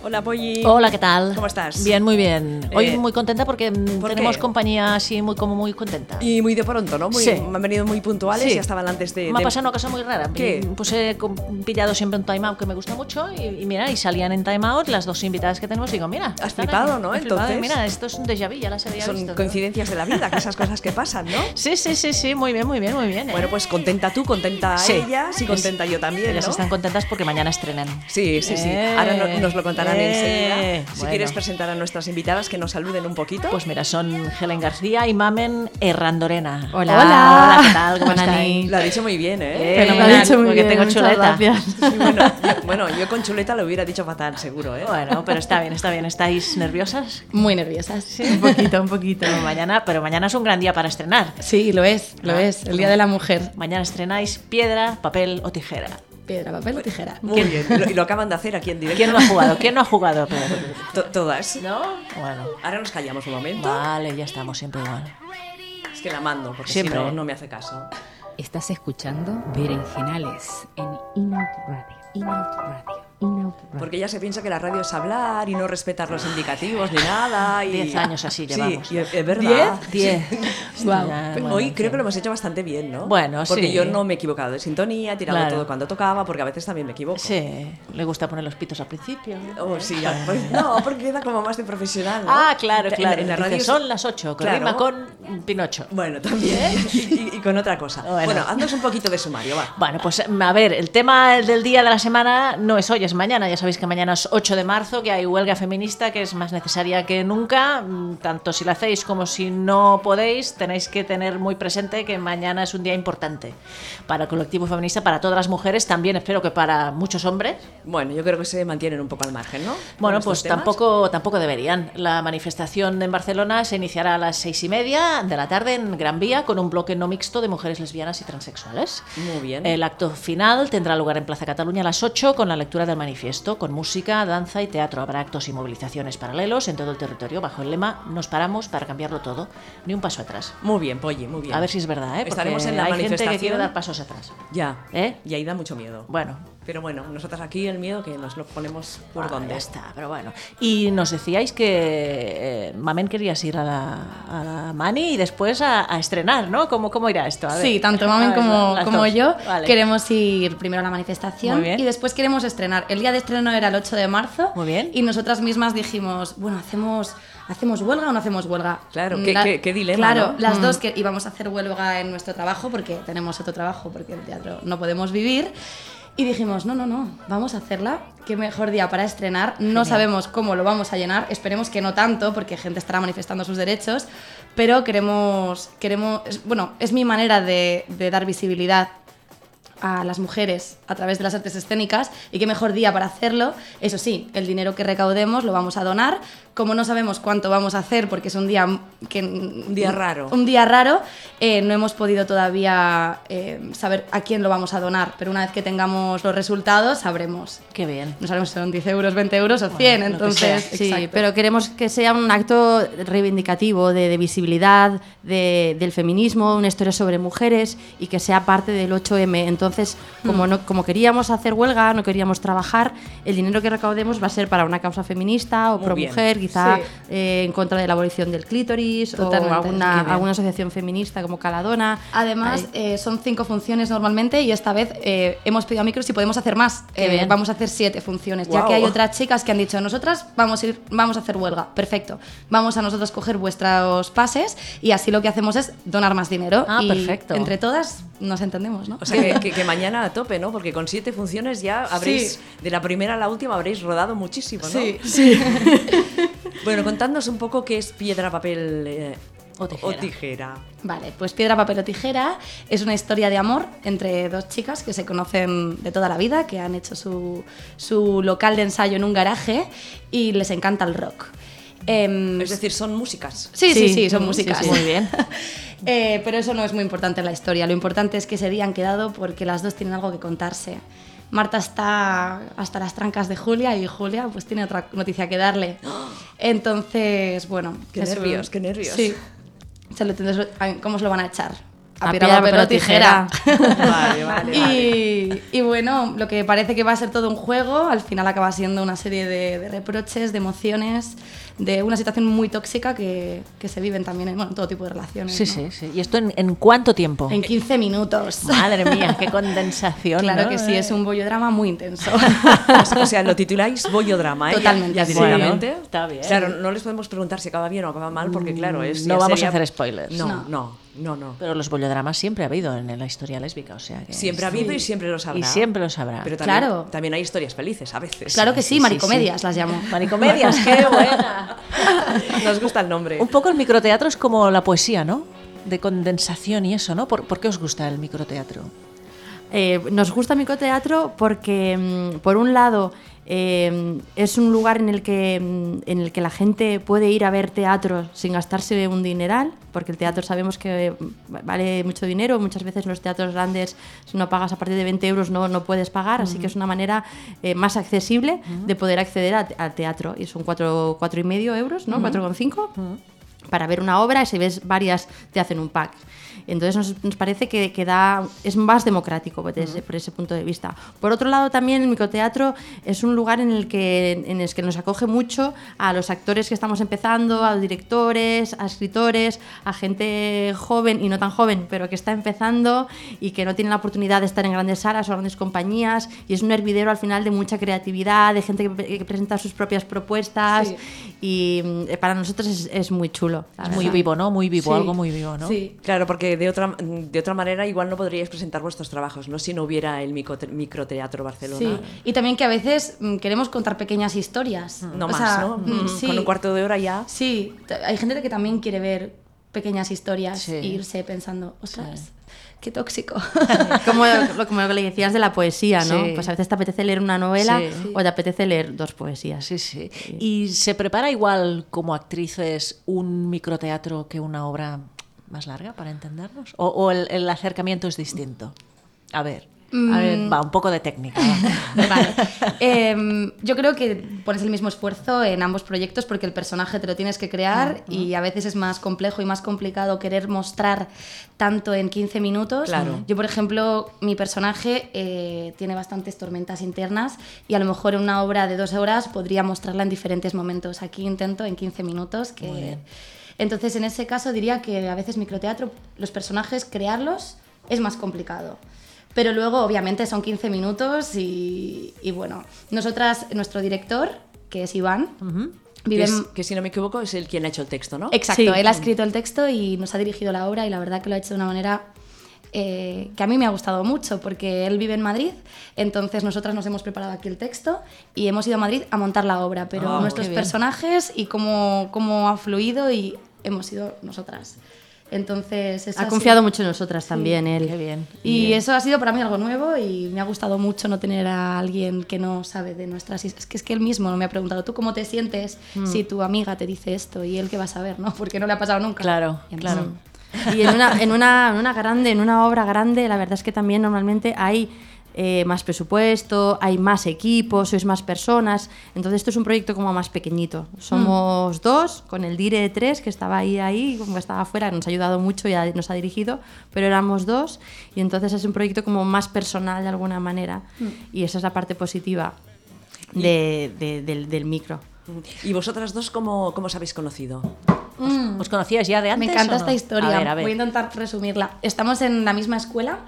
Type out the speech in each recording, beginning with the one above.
Hola, Polly. Hola, ¿qué tal? ¿Cómo estás? Bien, muy bien. Hoy Eh, muy contenta porque mm, ¿por tenemos qué? compañía así muy como muy contenta. Y muy de pronto, ¿no? Muy, Sí. Me han venido muy puntuales Sí. y ya estaban antes eh, de... Me ha de- pasado una cosa muy rara. ¿Qué? Mm, Pues he com- pillado siempre un timeout que me gusta mucho y, y mira, y salían en timeout las dos invitadas que tenemos y digo, mira. Has están flipado, aquí. ¿no? He flipado. Entonces- Mira, esto es un déjà vu, ya las había Son visto. ¿no? coincidencias de la vida, que esas cosas que pasan, ¿no? Sí, sí, sí, sí, muy bien, muy bien, muy bien. ¿eh? Bueno, pues contenta tú, contenta Sí. ellas y contenta yo también, Ellas ¿no? están contentas porque mañana estrenan. Sí, sí, sí. Eh, Ahora no- nos lo contarán eh, enseguida. Si bueno. quieres presentar a nuestras invitadas, que nos saluden un poquito. Pues mira, son Helen García y Mamen Herrandorena. Hola. Hola, ¿qué tal? ¿Cómo Hola, estáis? Ani. lo ha dicho muy bien, ¿eh? Eh. Fenomenal, Lo ha dicho muy porque bien, tengo muchas chuleta. gracias. Sí, bueno, yo, bueno, yo con chuleta lo hubiera dicho fatal, seguro, ¿eh? Bueno, pero está bien, está bien. ¿Estáis nerviosas? Muy nerviosas. Un poquito, un poquito. Pero mañana, pero mañana es un gran día para estrenar. Sí, lo es, lo es. El Día de la Mujer. Mañana estrenáis piedra, papel o tijera. Piedra, papel o tijera. Muy bien. Lo- y lo acaban de hacer aquí en directo. ¿Quién no ha jugado? ¿Quién no ha jugado? Pedro? To- Todas. ¿No? Bueno. Ahora nos callamos un momento. Vale, ya estamos siempre igual. Es que la mando, porque Siempre. si no, no me hace caso. Estás escuchando Berenjenales en Inout Radio. Inout Radio. Inout Radio. Porque ya se piensa que la radio es hablar y no respetar los indicativos ni nada. Y... Diez años así llevamos. Sí, y es es verdad. Diez. Guau. Ya, Hoy bueno, en creo fin. que lo hemos hecho bastante bien, ¿no? Bueno, porque sí. yo no me he equivocado de sintonía, he tirado Claro. todo cuando tocaba, porque a veces también me equivoco. Sí, le gusta poner los pitos al principio. Oh, sí, ya, pues, no, porque queda como más de profesional. ¿no? Ah, claro, En la- claro. En, la radio Dice, es- son las ocho, que Claro. rima con Pinocho. Bueno, también. Y, y con otra cosa. Bueno. Bueno. haznos un poquito de sumario, va. Bueno, pues a ver, el tema del día de la semana no es hoy, es mañana. Ya sabéis que mañana es 8 de marzo, que hay huelga feminista que es más necesaria que nunca. Mm, Tanto si la hacéis como si no podéis, tenéis que tener muy presente que mañana es un día importante para el colectivo feminista, para todas las mujeres, también espero que para muchos hombres. Bueno, yo creo que se mantienen un poco al margen, ¿no? Bueno, Con estos pues temas. tampoco, tampoco deberían. La manifestación en Barcelona se iniciará a las seis y media de la tarde en Gran Vía con un bloque no mixto de mujeres lesbianas y transexuales. Muy bien. El acto final tendrá lugar en Plaza Cataluña a las 8 con la lectura del manifiesto, con música, danza y teatro. Habrá actos y movilizaciones paralelos en todo el territorio bajo el lema Nos paramos para cambiarlo todo, ni un paso atrás. Muy bien, Polly, muy bien. A ver si es verdad, ¿eh? Porque Estaremos en la hay gente que manifestación. quiere dar pasos atrás. Ya, ¿Eh? y ahí da mucho miedo. Bueno, Pero bueno, nosotras aquí el miedo que nos lo ponemos por Bueno, donde ya está, pero bueno. Y nos decíais que eh, Mamen querías ir a la, a la Mani y después a, a estrenar, ¿no? ¿Cómo, cómo irá esto? A ver. Sí, tanto A Mamen ver, como, las como dos. yo Vale. queremos ir primero a la Muy manifestación bien. y después queremos estrenar. El día de estreno era el 8 de marzo Muy bien. y nosotras mismas dijimos, bueno, ¿hacemos, ¿hacemos huelga o no hacemos huelga? Claro, qué- Mm, La- qué- qué dilema, ¿no? Claro, Mm. las dos que íbamos a hacer huelga en nuestro trabajo porque tenemos otro trabajo, porque el teatro no podemos vivir. Y dijimos, no, no, no, vamos a hacerla. Qué mejor día para estrenar. No sabemos cómo lo vamos a llenar. Esperemos que no tanto, porque gente estará manifestando sus derechos. Pero queremos, queremos es- bueno, es mi manera de, de dar visibilidad a las mujeres a través de las artes escénicas y qué mejor día para hacerlo. Eso sí, el dinero que recaudemos lo vamos a donar. Como no sabemos cuánto vamos a hacer porque es un día m- que un día raro. Un día raro, eh, no hemos podido todavía eh, saber a quién lo vamos a donar, pero una vez que tengamos los resultados sabremos. Qué bien. No sabemos si son 10 euros, 20 euros o 100, lo que entonces... sea. exacto. Sí, pero queremos que sea un acto reivindicativo de, de visibilidad de- del feminismo, una historia sobre mujeres y que sea parte del 8M. Entonces, como, Mm. no, como queríamos hacer huelga, no queríamos trabajar, el dinero que recaudemos va a ser para una causa feminista o Muy pro bien. mujer, quizá Sí. eh, en contra de la abolición del clítoris Totalmente. o Qué alguna, bien. alguna asociación feminista como Caladona. Además, Ahí. eh, son cinco funciones normalmente y esta vez eh, hemos pedido a micros si podemos hacer más. Qué Eh, bien. vamos a hacer siete funciones, ya Guau. que hay otras chicas que han dicho, nosotras vamos a, ir, vamos a hacer huelga. Perfecto. Vamos a nosotros coger vuestros pases y así lo que hacemos es donar más dinero. Ah, y perfecto. Entre todas nos entendemos, ¿no? O sea, que, que- que mañana a tope, ¿no? Porque con siete funciones ya habréis, Sí. de la primera a la última, habréis rodado muchísimo, ¿no? Sí. Bueno, contadnos un poco qué es piedra, papel eh, O tijera. Vale, pues Piedra, Papel o Tijera es una historia de amor entre dos chicas que se conocen de toda la vida, que han hecho su, su local de ensayo en un garaje y les encanta el rock. Em, Es decir, son músicas. sí, sí, Sí, sí, son sí, músicas. sí, muy bien. Eh, pero eso no es muy importante en la historia. Lo importante es que ese día han quedado porque las dos tienen algo que contarse. Marta está hasta las trancas de Julia y Julia pues tiene otra noticia que darle. Entonces, bueno. Qué es un- nervios, qué nervios. Sí. Se lo tendré- ¿Cómo os lo van a echar? a piedra, papel o tijera. Vale, vale. Y, y bueno, lo que parece que va a ser todo un juego, al final acaba siendo una serie de, de reproches, de emociones, de una situación muy tóxica que, que se viven también en bueno, todo tipo de relaciones. Sí, sí, ¿no? sí. ¿Y esto en, en cuánto tiempo? En 15 minutos. Madre mía, qué condensación. Claro ¿no? que sí, es un bollodrama muy intenso. O sea, lo tituláis bollodrama, ¿eh? Ya- Totalmente. Ya, Sí, directamente. ¿no? Está bien. Mm, Claro, no les podemos preguntar si acaba bien o acaba mal, porque claro, es... No ya vamos sería- a hacer spoilers. No, no, no, no. Pero los bollodramas siempre ha habido en la historia lésbica, o sea que Siempre ha habido y siempre los habrá. Pues Y siempre los habrá. Pero también, Claro. también hay historias felices a veces. Claro que sí, sí, maricomedias sí. las llamo. Maricomedias, qué buena. Nos gusta el nombre. Un poco el microteatro es como la poesía, ¿no? De condensación y eso, ¿no? ¿Por, por qué os gusta el microteatro? Eh, nos gusta microteatro porque, mm, por un lado, eh, es un lugar en el, que, mm, en el que la gente puede ir a ver teatro sin gastarse un dineral, porque el teatro sabemos que mm, vale mucho dinero, muchas veces en los teatros grandes si no pagas a partir de 20 euros no, no puedes pagar, así que es una manera eh, más accesible de poder acceder a- al teatro, y son 4,5 cuatro, y medio euros, ¿no? 4,5 para ver una obra y si ves varias te hacen un pack. Entonces nos, nos parece que, que da, es más democrático desde- por ese, punto de vista. Por otro lado, también el microteatro es un lugar en el, que, en el que nos acoge mucho a los actores que estamos empezando, a los directores, a escritores, a gente joven y no tan joven, pero que está empezando y que no tiene la oportunidad de estar en grandes salas o grandes compañías. Y es un hervidero al final de mucha creatividad, de gente que, que presenta sus propias propuestas. Sí. Y mm, eh, para nosotros es, es muy chulo. la Es muy verdad. vivo, ¿no? Muy vivo, Sí. algo muy vivo, ¿no? Sí. Claro, porque de otra, de otra manera igual no podríais presentar vuestros trabajos, ¿no? Si no hubiera el microte- microteatro Barcelona. Sí, y también que a veces mm, queremos contar pequeñas historias. No O más, sea, ¿no? mm, Mm, sí, Con un cuarto de hora ya. Sí, t- hay gente que también quiere ver pequeñas historias Sí. e irse pensando, ostras, qué tóxico. Como, lo, como lo que le decías de la poesía, ¿no? Sí. Pues a veces te apetece leer una novela Sí. Sí. o te apetece leer dos poesías. Sí, sí. ¿Y se prepara igual como actrices un microteatro que una obra más larga, para entendernos? ¿O, o el, el acercamiento es distinto? A ver, a ver, va, un poco de técnica. va. Mm. Vale. Em, yo creo que pones el mismo esfuerzo en ambos proyectos porque el personaje te lo tienes que crear y a veces es más complejo y más complicado querer mostrar tanto en 15 minutos. Claro. Yo, por ejemplo, mi personaje eh, tiene bastantes tormentas internas y a lo mejor en una obra de dos horas podría mostrarla en diferentes momentos. Aquí intento en 15 minutos que... Entonces, en ese caso diría que a veces microteatro, los personajes, crearlos es más complicado. Pero luego, obviamente, son 15 minutos y, y bueno, nosotras, nuestro director, que es Iván, Que, vive es- en- que si no me equivoco es el quien ha hecho el texto, ¿no? Exacto, Sí. él ha escrito el texto y nos ha dirigido la obra y la verdad que lo ha hecho de una manera eh, que a mí me ha gustado mucho porque él vive en Madrid, entonces nosotras nos hemos preparado aquí el texto y hemos ido a Madrid a montar la obra, pero Ah, nuestros qué bien. personajes y cómo, cómo ha fluido y hemos sido nosotras. Entonces, eso Ha sido- confiado mucho en nosotras también él. Qué bien. Y eso ha sido para mí algo nuevo y me ha gustado mucho no tener a alguien que no sabe de nuestras his- Es que es que él mismo me ha preguntado, ¿tú cómo te sientes si tu amiga te dice esto? Y él qué va a saber, ¿no? Porque no le ha pasado nunca. Claro, Y a mí claro. sí. Y en una, en, una, en una grande, en una obra grande, la verdad es que también normalmente hay eh, más presupuesto, hay más equipos, sois más personas. Entonces esto es un proyecto como más pequeñito. Somos dos, con el Dire de tres, que estaba ahí, ahí, como estaba afuera, nos ha ayudado mucho y ha- nos ha dirigido, pero éramos dos. Y entonces es un proyecto como más personal de alguna manera. Y esa es la parte positiva de- de- del, del micro. Mm. ¿Y vosotras dos cómo, cómo os habéis conocido? ¿Os conocías ya de antes? Mm. Me o encanta no? esta historia. A ver, a ver. Voy a intentar resumirla. Estamos en la misma escuela,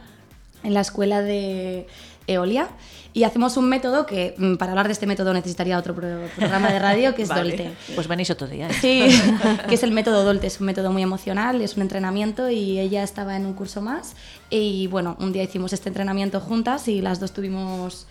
en la escuela de Eolia, y hacemos un método que, mm, para hablar de este método, necesitaría otro pro- programa de radio, que es Vale. Dolte. Pues venís otro día. ¿eh? Sí, que es el método Dolte, es un método muy emocional, es un entrenamiento y ella estaba en un curso más y bueno, un día hicimos este entrenamiento juntas y las dos tuvimos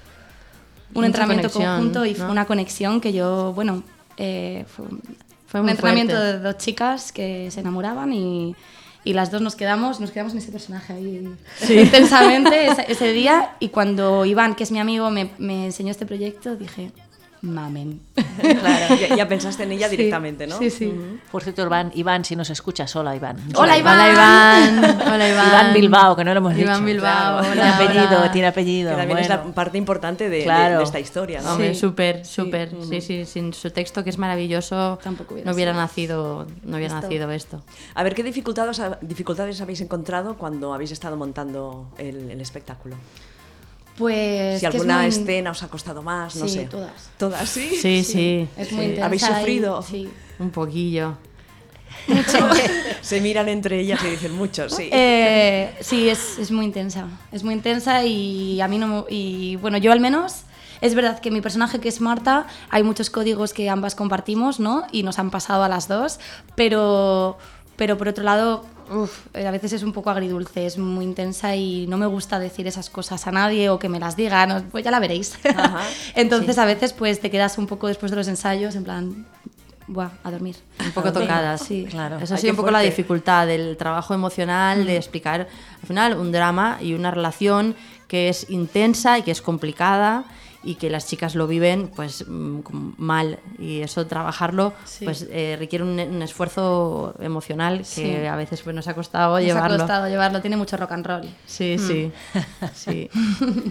un Mucha entrenamiento conexión, conjunto y fue ¿no? una conexión que yo, bueno, eh, fue un, Fue un muy entrenamiento fuerte. de dos chicas que se enamoraban y, y las dos nos quedamos, nos quedamos en ese personaje ahí intensamente ese, ese día y cuando Iván, que es mi amigo, me, me enseñó este proyecto, dije... mamen. Claro, ya, ya pensaste en ella directamente, ¿no? Sí, sí. Por cierto, Iván, Iván, si nos escuchas, hola Iván. Hola, Iván. Hola Iván. Hola Iván. Iván Bilbao, que no lo hemos dicho. Iván Bilbao, Tiene hola, apellido, hola. tiene Que apellido. también es la bueno. parte importante de, de- Claro. de esta historia, ¿no? Hombre, Sí. súper, súper. Sí, sí, sin su texto que es maravilloso, Tampoco hubiera no hubiera sido. nacido, no hubiera Esto. nacido esto. A ver, ¿qué dificultades, dificultades habéis encontrado cuando habéis estado montando el, el espectáculo? Pues si que es alguna muy- este escena os ha costado más, no Sí, sé. todas. Todas, sí. Sí, sí, Es muy Sí. intensa. ¿Habéis y- sufrido? sí. un poquillo. Se miran entre ellas y dicen mucho, sí. Eh, sí, es, es muy intensa. Es muy intensa y a mí no. me- Y bueno, yo al menos. Es verdad que mi personaje, que es Marta, hay muchos códigos que ambas compartimos, ¿no? Y nos han pasado a las dos, pero, pero por otro lado, uf, eh, a veces es un poco agridulce, es muy intensa y no me gusta decir esas cosas a nadie o que me las digan, o- pues ya la veréis. Ajá, Entonces a veces pues te quedas un poco después de los ensayos en plan, buah, a dormir. Un poco tocada, sí. Claro. Eso ha Ay, qué sido un poco la fuerte. dificultad del trabajo emocional, de explicar al final un drama y una relación que es intensa y que es complicada y que las chicas lo viven pues mm, como mal y eso trabajarlo pues eh, requiere un, un esfuerzo emocional que Sí. a veces pues, nos ha costado Nos llevarlo. ha costado llevarlo, tiene mucho rock and roll. Sí, sí, sí.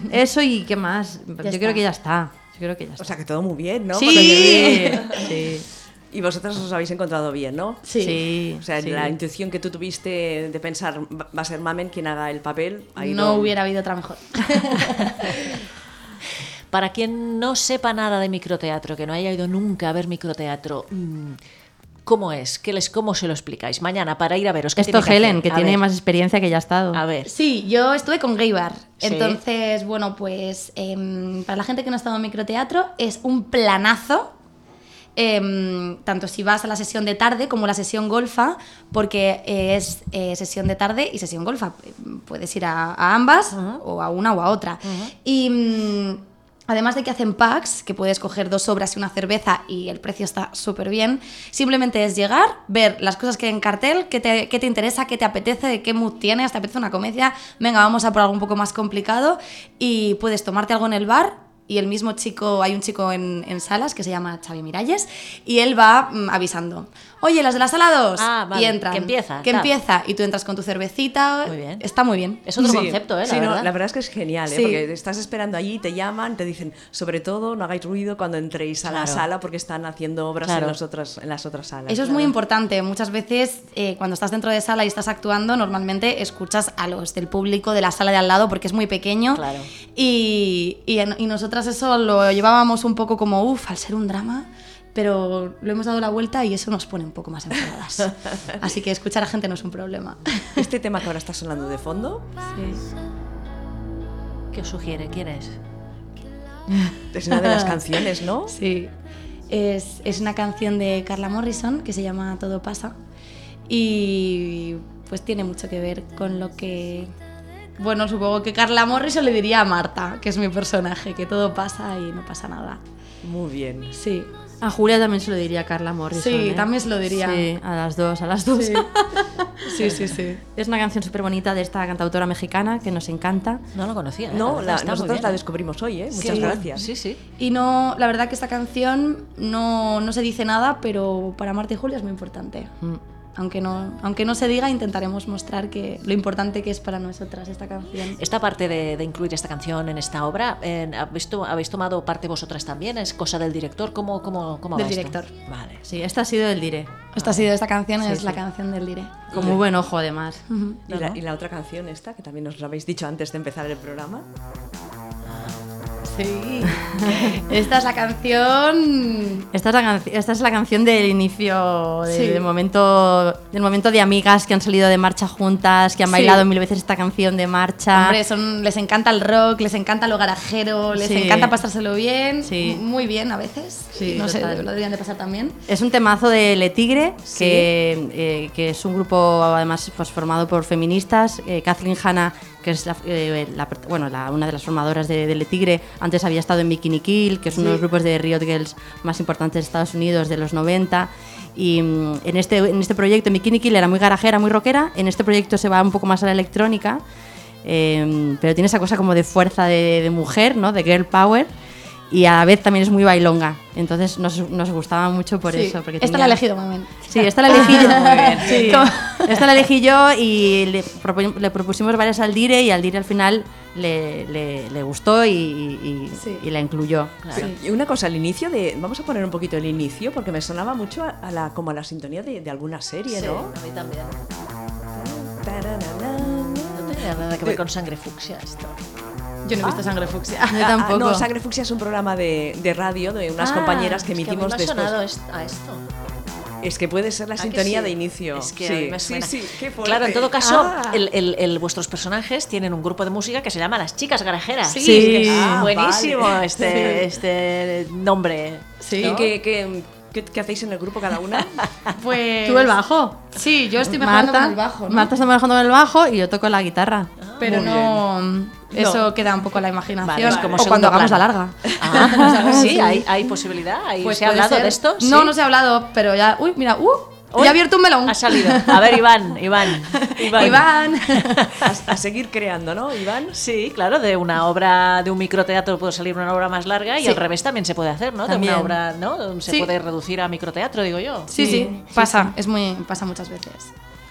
Eso y qué más. Yo está. creo que ya está. Yo creo que ya está. o sea, que todo muy bien, ¿no? sí, sí, Y vosotras os habéis encontrado bien, ¿no? Sí. sí, O sea, sí. la intuición que tú tuviste de pensar "Va- va a ser Mamen quien haga el papel, ahí no hubiera habido otra mejor. Para quien no sepa nada de microteatro, que no haya ido nunca a ver microteatro, mm, ¿cómo es? ¿Qué les, ¿Cómo se lo explicáis? Mañana, para ir a veros. ¿qué Esto tiene Helen, hacer? que A tiene ver, más experiencia que ya ha estado. A ver. Sí, yo estuve con Gaybar. Sí. Entonces, bueno, pues em, para la gente que no ha estado en microteatro, es un planazo. em, tanto si vas a la sesión de tarde como la sesión golfa, porque eh, es eh, sesión de tarde y sesión golfa. Puedes ir a, a ambas, o a una o a otra. Y mm, además de que hacen packs, que puedes coger dos obras y una cerveza y el precio está súper bien, simplemente es llegar, ver las cosas que hay en cartel, qué te, qué te interesa, qué te apetece, de qué mood tienes, te apetece una comedia, venga, vamos a por algo un poco más complicado y puedes tomarte algo en el bar y el mismo chico, hay un chico en, en salas que se llama Xavi Miralles y él va mm, avisando, oye, las de la sala 2, Ah, vale, y entran, que empieza, que tal. empieza, y tú entras con tu cervecita, Muy bien. está muy bien. Es otro Sí. concepto, ¿eh? La Sí, no, verdad. es que es genial, ¿eh? Sí. porque estás esperando allí, te llaman, te dicen, sobre todo no hagáis ruido cuando entréis a la Claro. sala porque están haciendo obras Claro. en, las otras, en las otras salas. Eso es muy importante. Muchas veces eh, cuando estás dentro de sala y estás actuando, normalmente escuchas a los del público de la sala de al lado porque es muy pequeño. Claro. Y, y, en- y nosotras eso lo llevábamos un poco como, uff, al ser un drama, pero lo hemos dado la vuelta y eso nos pone un poco más enfadadas. Así que escuchar a gente no es un problema. Este tema que ahora está sonando de fondo ¿Qué os sugiere? ¿Quién es? es una de las canciones, ¿no? Sí. Es, es una canción de Carla Morrison que se llama Todo pasa y pues tiene mucho que ver con lo que... Bueno, supongo que Carla Morrison le diría a Marta, que es mi personaje, que todo pasa y no pasa nada. Muy bien. Sí. A Julia también se lo diría a Carla Morrison. Sí, ¿eh? también se lo diría. Sí, a las dos, a las dos. Sí, sí, sí. Es una canción súper bonita de esta cantautora mexicana que nos encanta. No lo conocía. No, la- verdad, está muy nosotros bien. la descubrimos hoy, ¿eh? Muchas Sí. gracias. Sí, sí. Y no, la verdad que esta canción no, no se dice nada, pero para Marta y Julia es muy importante. Mm. Aunque no, aunque no se diga, intentaremos mostrar que lo importante que es para nosotras esta canción. Esta parte de, de incluir esta canción en esta obra, eh, ¿habéis, to- habéis tomado parte vosotras también? ¿Es cosa del director? ¿Cómo, cómo, cómo Del va esto? director. Vale. Sí, esta ha sido el dire. Esta ha sido esta canción, Sí, es sí. la canción del Dire. Con muy buen ojo, además. Y, la, y la otra canción esta, que también os lo habéis dicho antes de empezar el programa. Sí. Esta es la canción. Esta es la, canci- esta es la canción del inicio, del, Sí. del momento, del momento de amigas que han salido de marcha juntas, que han Sí. bailado mil veces esta canción de marcha. Hombre, son, les encanta el rock, les encanta lo garajero, les Sí. encanta pasárselo bien, Sí. muy bien a veces. Sí, no sé, total. lo deberían de pasar también. Es un temazo de Le Tigre, que, eh, que es un grupo además pues, formado por feministas. Eh, Kathleen Hanna, que es la, eh, la- bueno, la- una de las formadoras de, de Le Tigre, antes había estado en Bikini Kill, que es uno de los grupos de Riot Girls más importantes de Estados Unidos de los 90. Y mm, en este, en este proyecto, en Bikini Kill era muy garajera, muy rockera. En este proyecto se va un poco más a la electrónica, em, eh, pero tiene esa cosa como de fuerza de, de mujer, ¿no? de girl power. y a la vez también es muy bailonga. Entonces nos, nos gustaba mucho por Sí, eso. Porque Esta tenía- la he elegido, mami. Sí, esta la elegí yo. bien. Como- Esta la elegí yo y le, propu- le propusimos varias al Dire y al Dire al final le, le- le gustó y, y- y- Sí. y la incluyó. Y una cosa, el inicio de. Vamos a poner un poquito el inicio, porque me sonaba mucho a, a la, como a la sintonía de, de alguna serie, ¿no? a mí también. Taranana. No tenía nada que ver con sangre fucsia esto. Eh, Ah. Yo no he visto sangre fucsia. Yo tampoco. Ah, no, Sangre Fucsia es un programa de, de radio de unas Ah, compañeras que es a mí emitimos me ha después. sonado est- a esto. Es que puede ser la que sintonía sí? de inicio. Es que sí. a mí me suena. sí, sí, qué fuerte. Claro, en todo caso, Ah. el- el- el- vuestros personajes tienen un grupo de música que se llama Las Chicas Garajeras. Sí. Que es Ah, buenísimo vale. este, este nombre. Sí. ¿Y qué, qué- qué- qué hacéis en el grupo cada una? Pues... ¿Tú el bajo? Sí, yo estoy mejorando Marta, con el bajo, ¿no? Marta está manejando con el bajo y yo toco la guitarra. pero no... mm, Eso queda un poco a la imaginación. Vale, es como o segundo cuando hagamos plano. la larga. Ah, sí, hay, hay posibilidad. ¿Hay- Pues ¿Se ha puede hablado ser. de esto? No, ¿Sí? no se ha hablado, pero ya... Uy, mira, uh, Uy, ya he abierto un melón. Ha salido. A ver, Iván, Iván. Iván. Iván. A, a seguir creando, ¿no, Iván? Sí, claro, de una obra, de un microteatro puede salir una obra más larga y Sí. al revés también se puede hacer, ¿no? También. De una obra, ¿no? Se Sí. puede reducir a microteatro, digo yo. Sí, sí, Sí, pasa, es muy pasa muchas veces.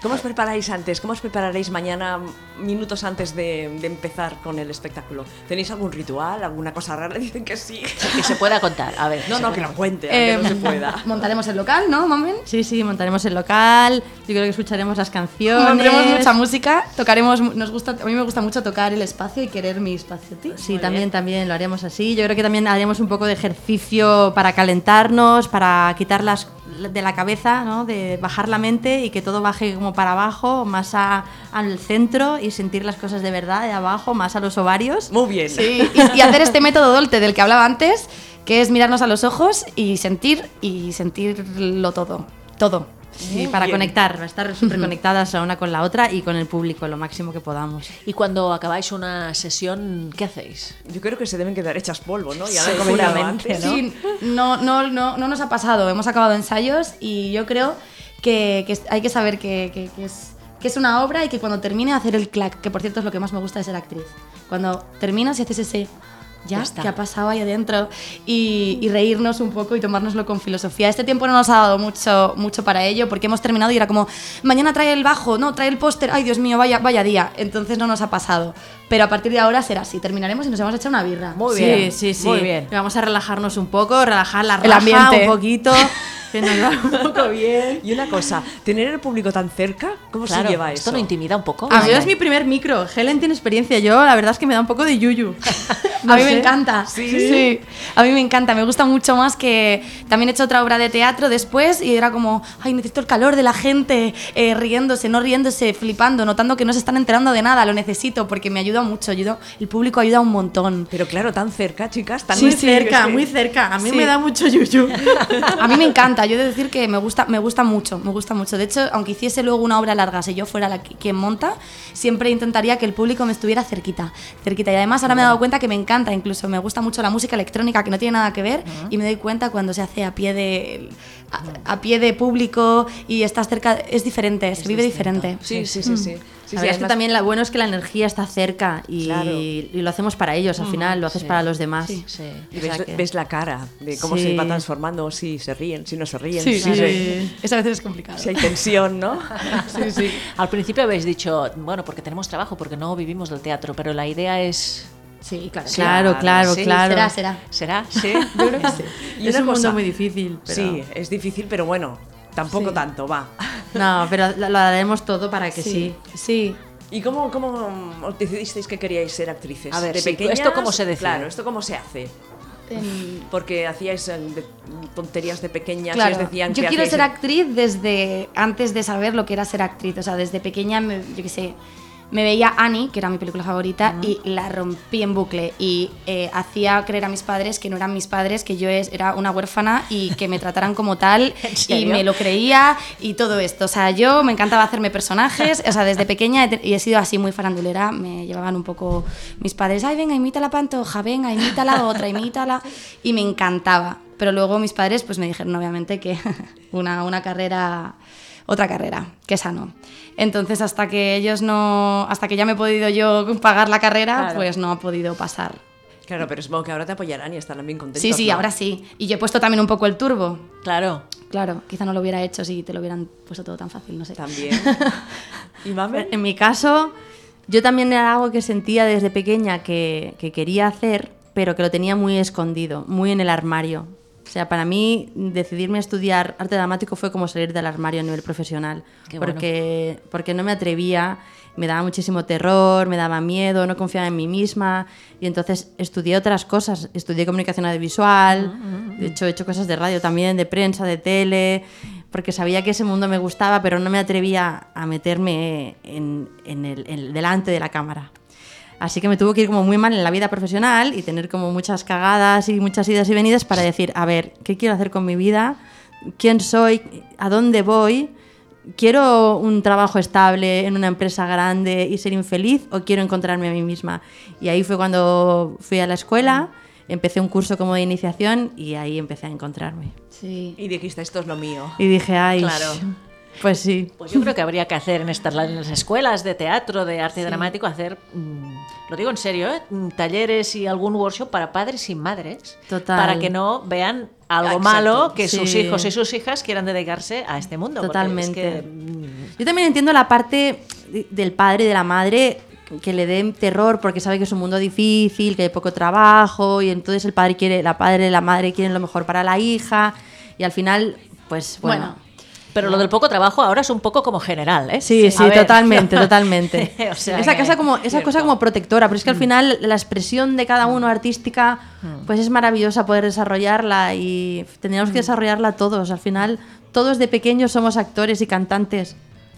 ¿Cómo os preparáis antes? ¿Cómo os prepararéis mañana, minutos antes de, de empezar con el espectáculo? ¿Tenéis algún ritual, alguna cosa rara? Dicen que sí. Que se pueda contar. A ver. No, se no, puede. que lo cuente, Eh, aunque no Em, se pueda. Montaremos el local, ¿no, mamen? Sí, sí, montaremos el local, yo creo que escucharemos las canciones. Pondremos mucha música, tocaremos, nos gusta, a mí me gusta mucho tocar el espacio y querer mi espacio a ti. Sí, también, también lo haremos así. Yo creo que también haremos un poco de ejercicio para calentarnos, para quitar las de la cabeza, ¿no? De bajar la mente y que todo baje como para abajo, más a- al centro y sentir las cosas de verdad de abajo, más a los ovarios. Muy bien. Sí, y, y hacer este método Dolte del que hablaba antes, que es mirarnos a los ojos y sentir y sentirlo todo, todo. Sí, Muy para bien. conectar, para estar súper conectadas la una con la otra y con el público lo máximo que podamos. Y cuando acabáis una sesión, ¿qué hacéis? Yo creo que se deben quedar hechas polvo, ¿no? Ya lo Sí, he comentado seguramente, antes. ¿no? Sí, no, no, no, no nos ha pasado. Hemos acabado ensayos y yo creo que, que es- hay que saber que, que- que es, que es una obra y que cuando termine hacer el clac, que por cierto es lo que más me gusta de ser actriz. Cuando terminas y haces ese... Ya, Ya está. que ha pasado ahí adentro y, y reírnos un poco y tomárnoslo con filosofía. Este tiempo no nos ha dado mucho, mucho para ello porque hemos terminado y era como, mañana trae el bajo, no, trae el póster, ay Dios mío, vaya, vaya día. Entonces no nos ha pasado. Pero a partir de ahora será así, terminaremos y nos vamos a echar una birra. Muy sí, bien. sí, sí. Muy bien. Vamos a relajarnos un poco, relajar la El raja ambiente. un poquito, que nos va un poco bien. Y una cosa, tener el público tan cerca, ¿cómo Claro, se lleva eso? esto no intimida un poco. A mí Vale. Ah, es mi primer micro. Helen tiene experiencia. Yo, la verdad es que me da un poco de yuyu. a mí sé. me encanta. Sí. Sí. A mí me encanta. Me gusta mucho más que. También he hecho otra obra de teatro después y era como, ay, necesito el calor de la gente, eh, riéndose, no riéndose, flipando, notando que no se están enterando de nada. Lo necesito porque me ayuda mucho. Ayuda, el público ayuda un montón. Pero claro, tan cerca, chicas, tan muy serio, cerca, es que- muy cerca. A mí Sí. me da mucho yuyu. A mí me encanta. Yo he de decir que me gusta, me gusta mucho. Me gusta mucho. De hecho, aunque hiciese luego una obra larga, si yo fuera la que- quien monta, siempre intentaría que el público me estuviera cerquita. Cerquita. Y además ahora me he dado cuenta que me encanta. Incluso me gusta mucho la música electrónica, que no tiene nada que ver. Y me doy cuenta cuando se hace a pie de, a, a pie de público y estás cerca. Es diferente, se vive diferente. Sí, sí, sí, sí. Sí, sí, la verdad es que además- también lo bueno es que la energía está cerca y, Claro. y lo hacemos para ellos al final, lo haces sí. para los demás. Sí. Y O sea ves, que- ves la cara de cómo Sí. se va transformando, si se ríen, si no se ríen, Sí, si, sí. se- Esa a veces es complicado. si hay tensión, ¿no? Al principio habéis dicho, bueno, porque tenemos trabajo, porque no vivimos del teatro, pero la idea es. Sí, claro. Claro, claro, Sí, claro. Será, será. ¿Será? Sí. Yo creo que sí. es un mundo muy difícil. pero- Sí, es difícil, pero bueno, tampoco tanto, va. No, pero lo, lo haremos todo para que sí. Sí. ¿Y cómo, cómo os decidisteis que queríais ser actrices? A ver, ¿De sí, pequeñas? ¿esto cómo se decide? Claro, ¿esto cómo se hace? En- Porque hacíais eh, de- tonterías de pequeñas y os Claro. decían yo que quiero hacíais- ser actriz desde antes de saber lo que era ser actriz. O sea, desde pequeña, me- yo qué sé, me veía Annie, que era mi película favorita, y la rompí en bucle. Y eh, hacía creer a mis padres que no eran mis padres, que yo es- era una huérfana y que me trataran como tal. ¿En y serio? me lo creía y todo esto. O sea, yo me encantaba hacerme personajes. O sea, desde pequeña he, te- y he sido así muy farandulera. Me llevaban un poco mis padres, ay, venga, imita la pantoja, venga, imita la otra, imítala. Y me encantaba. Pero luego mis padres pues me dijeron, obviamente, que una, una carrera, otra carrera, que esa no. Entonces, hasta que ellos no, hasta que ya me he podido yo pagar la carrera, Claro. pues no ha podido pasar. Claro, pero supongo que ahora te apoyarán y estarán bien contentos. Sí, sí, ¿no? ahora sí. Y yo he puesto también un poco el turbo. Claro. Claro, quizá no lo hubiera hecho si te lo hubieran puesto todo tan fácil, no sé. También. ¿Y Mame? En mi caso, yo también era algo que sentía desde pequeña que, que quería hacer, pero que lo tenía muy escondido, muy en el armario. O sea, para mí decidirme a estudiar arte dramático fue como salir del armario a nivel profesional, Qué bueno. porque, porque no me atrevía, me daba muchísimo terror, me daba miedo, no confiaba en mí misma, y entonces estudié otras cosas, estudié comunicación Mm, audiovisual, de hecho he hecho cosas de radio también, de prensa, de tele, porque sabía que ese mundo me gustaba, pero no me atrevía a meterme en, en el, en- delante de la cámara. Así que me tuvo que ir como muy mal en la vida profesional y tener como muchas cagadas y muchas idas y venidas para decir, a ver, ¿qué quiero hacer con mi vida? ¿Quién soy? ¿A dónde voy? ¿Quiero un trabajo estable en una empresa grande y ser infeliz o quiero encontrarme a mí misma? Y ahí fue cuando fui a la escuela, empecé un curso como de iniciación y ahí empecé a encontrarme. Sí. Y dijiste, esto es lo mío. Y dije, ay, Claro. pues sí. Pues yo creo que habría que hacer en, estas, en las escuelas de teatro, de arte dramático, hacer, mm, lo digo en serio, ¿eh? Mm, talleres y algún workshop para padres y madres, Total. para que no vean algo Exacto, malo que sus sí. hijos y sus hijas quieran dedicarse a este mundo. porque es Totalmente. que, mm, Yo también entiendo la parte de- del padre y de la madre que le den terror porque sabe que es un mundo difícil, que hay poco trabajo y entonces el padre quiere, la padre y la madre quieren lo mejor para la hija y al final, pues bueno. Bueno, pero lo del poco trabajo ahora es un poco como general, ¿eh? Sí, sí, A ver. totalmente, totalmente. O sea esa que- Mm. casa como, esa cosa como protectora, pero es que al final la expresión de cada uno artística, pues es maravillosa poder desarrollarla y tendríamos Mm. que desarrollarla todos. Al final, todos de pequeños somos actores y cantantes.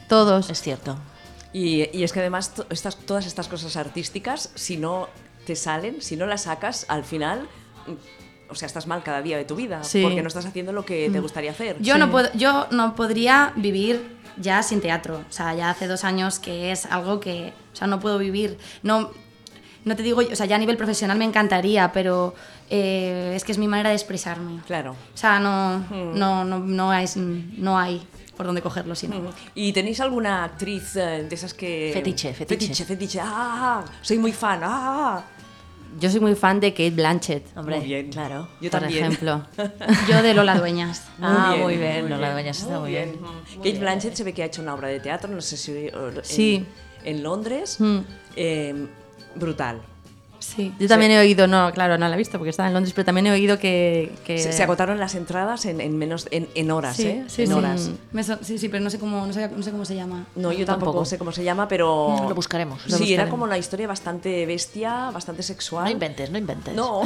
Todos. Es cierto. Y, y es que además to- estas, todas estas cosas artísticas, si no te salen, si no las sacas, al final, mm, o sea, estás mal cada día de tu vida, Sí. porque no estás haciendo lo que te gustaría hacer. Mm. Yo, no puedo, yo no podría vivir ya sin teatro. O sea, ya hace dos años que es algo que. O sea, no puedo vivir. No, no te digo. O sea, ya a nivel profesional me encantaría, pero eh, es que es mi manera de expresarme. Claro. O sea, no, no, no, no, es, no hay por dónde cogerlo, sino. ¿Y tenéis alguna actriz eh, de esas que... Fetiche, fetiche. Fetiche, fetiche. ¡Ah! Soy muy fan. ¡Ah! Yo soy muy fan de Kate Blanchett, Hombre, Muy bien. claro. Yo por también. ejemplo. Yo de Lola Dueñas. ah, muy bien, Lola Dueñas está muy bien. Mm. Kate Blanchett se ve que ha hecho una obra de teatro, no sé si... eh, o- en- Sí. En, Londres. Mm. Eh, brutal. Sí, yo también he oído, no, claro, no la he visto porque estaba en Londres, pero también he oído que... que- Eh. Se, se agotaron las entradas en, en menos en, en horas, ¿eh? en horas. Me so- sí, sí, pero no sé cómo, no sé, no sé cómo se llama. No, yo tampoco, Tampoco. Mm, sé cómo se llama, pero... Lo buscaremos. Sí, Lo era buscaremos. como una historia bastante bestia, bastante No sexual. inventes, no inventes. No.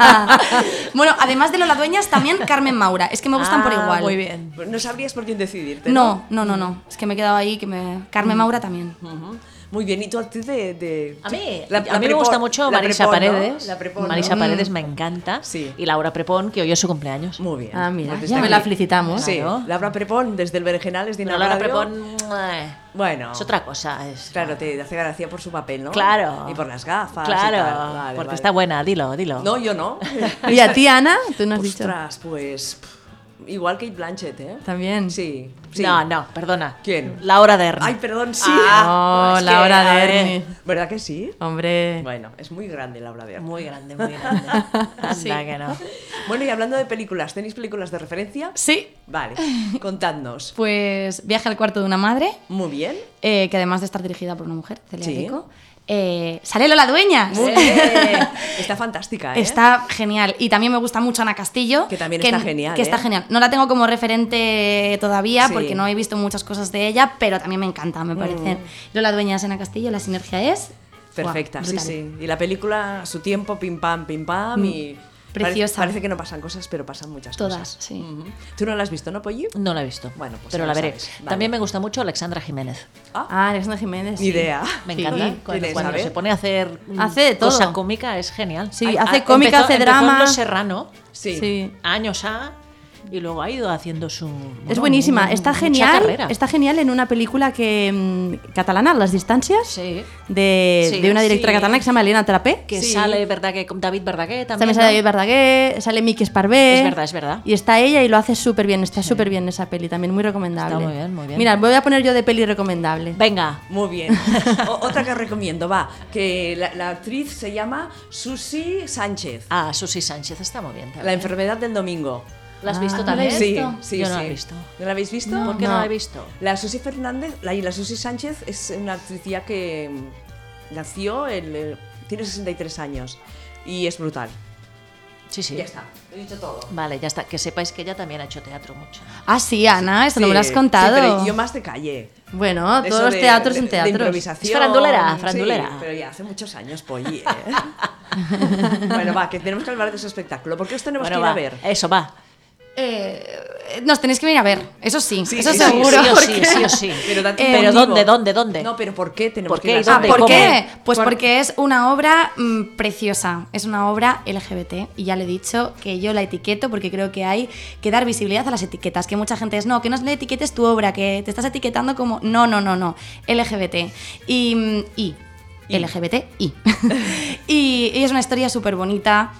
bueno, además de Lola Dueñas, también Carmen Maura. Es que me gustan por Ah, igual. Muy bien. no sabrías por quién decidirte. No, no, no, no. Es que me he quedado ahí que me. Carmen Maura también. Ujú. Muy bien, ¿y tú actriz de...? de- A mí, La- a la mí me Prepon- gusta mucho la Marisa Prepon, ¿no? Paredes. La Prepon, ¿no? Mm. Marisa Paredes me encanta. Sí. Y Laura Prepón, que hoy es su cumpleaños. Muy bien. Ah, mira, Pues desde ya me aquí- la felicitamos. Sí, Claro. Laura Prepon, desde el Berenjenales de Pero Inaud Laura Radio. Prepón eh, Bueno. es otra cosa. es- Claro, te hace gracia por su papel, ¿no? Claro. Y por las gafas. y Claro, tal. Vale, porque vale. está buena, dilo, dilo. No, yo no. ¿Y a ti, Ana? Tú no has Ostras, pues. pff, Igual Kate Blanchett, ¿eh? dicho. También. Sí. sí. no, no, perdona. ¿Quién? Laura Dern. Ay, perdón, sí. Ah, Es no, Laura a ver, Dern. ¿Verdad que sí? Hombre, Bueno, es muy grande Laura Dern. Muy grande, muy grande. Anda que no. Bueno, y hablando de películas, ¿tenéis películas de referencia? Sí, Vale, contadnos. pues Viaje al cuarto de una madre, Muy bien. eh, que además de estar dirigida por una mujer, Celia Sí. Rico, eh, sale Lola Dueñas. Muy bien. Está fantástica, ¿eh? Está genial. Y también me gusta mucho Ana Castillo. Que también está genial, Que está ¿eh? genial. No la tengo como referente todavía Sí. Mm. porque no he visto muchas cosas de ella, pero también me encanta, me parecen. Lola Dueñas, Ana Castillo, la sinergia es. guau, Perfecta, sí, brutal. Mm, sí. Y la película, a su tiempo, pim pam, pim pam. Y pare- Preciosa. Parece que no pasan cosas, pero pasan muchas Todas, cosas. sí. Ujú. ¿Tú no la has visto, no, Polly? No la he visto. Bueno, pues pero ya la lo veré. sabes. Vale. También me gusta mucho Alexandra Jiménez. ah, Alexandra Jiménez. Ni sí. idea. Me Sí. encanta. Sí, Cuando, ¿quieres cuando saber? se pone a hacer mm, Hace de todo. cosa cómica es genial. Sí, hace cómica, empezó- hace empezó en drama. Los Serrano, Sí. Sí. años A, y luego ha ido haciendo su. Es bueno, buenísima, un- está mucha genial, carrera. está genial en una película que mm, catalana, Las distancias, Sí. de, Sí, de una directora sí. catalana que se llama Elena Trapé. Que Sí. sale Verdaguer, David Verdaguer también. También sale David ¿no? Verdaguer, sale Miki Esparvé. Es verdad, es verdad. Y está ella y lo hace súper bien, está súper bien esa peli, también muy recomendable. Está muy bien, muy bien. Mira, voy a poner yo de peli recomendable. Venga. Muy bien. O- otra que os recomiendo, va, que la, la actriz se llama Susi Sánchez. Ah, Susi Sánchez está muy bien. también. eh. La enfermedad del domingo. ¿La has visto no la he también? visto. Sí, sí, Yo no la sí. he visto. ¿No la habéis visto? ¿Por qué no. No. la he visto? La Susi Fernández la, y la Susi Sánchez es una actricía que mm, nació, el, eh, tiene 63 años y es brutal. Sí, sí. Ya está, he dicho todo. Vale, ya está. Que sepáis que ella también ha hecho teatro mucho. Ah, sí, Ana, esto no me lo has Sí, contado. Sí, pero yo más de calle. Bueno, De todos eso los de- teatros de- son de teatros. improvisación. Es farandulera, farandulera. Sí, pero ya hace muchos años, Polly. ¿eh? bueno, va, que tenemos que hablar de ese espectáculo. porque os tenemos Bueno, que ir va. a pues ver? Eso va. Eh, nos tenéis que venir a ver, eso sí, Sí, eso sí, sí, seguro. sí o sí, porque- sí o sí. Pero, date un Pero motivo. ¿dónde, dónde, dónde? No, pero ¿por qué tenemos ¿Por que ir qué a y ver? dónde? Ah, ¿por ¿Cómo? qué? Pues Por- porque es una obra mm, preciosa, es una obra LGBT y ya le he dicho que yo la etiqueto porque creo que hay que dar visibilidad a las etiquetas, que mucha gente es, no, que no le etiquetes tu obra, que te estás etiquetando como, no, no, no, no, LGBT. Y, mm, y, LGBT, y. y, y es una historia súper bonita.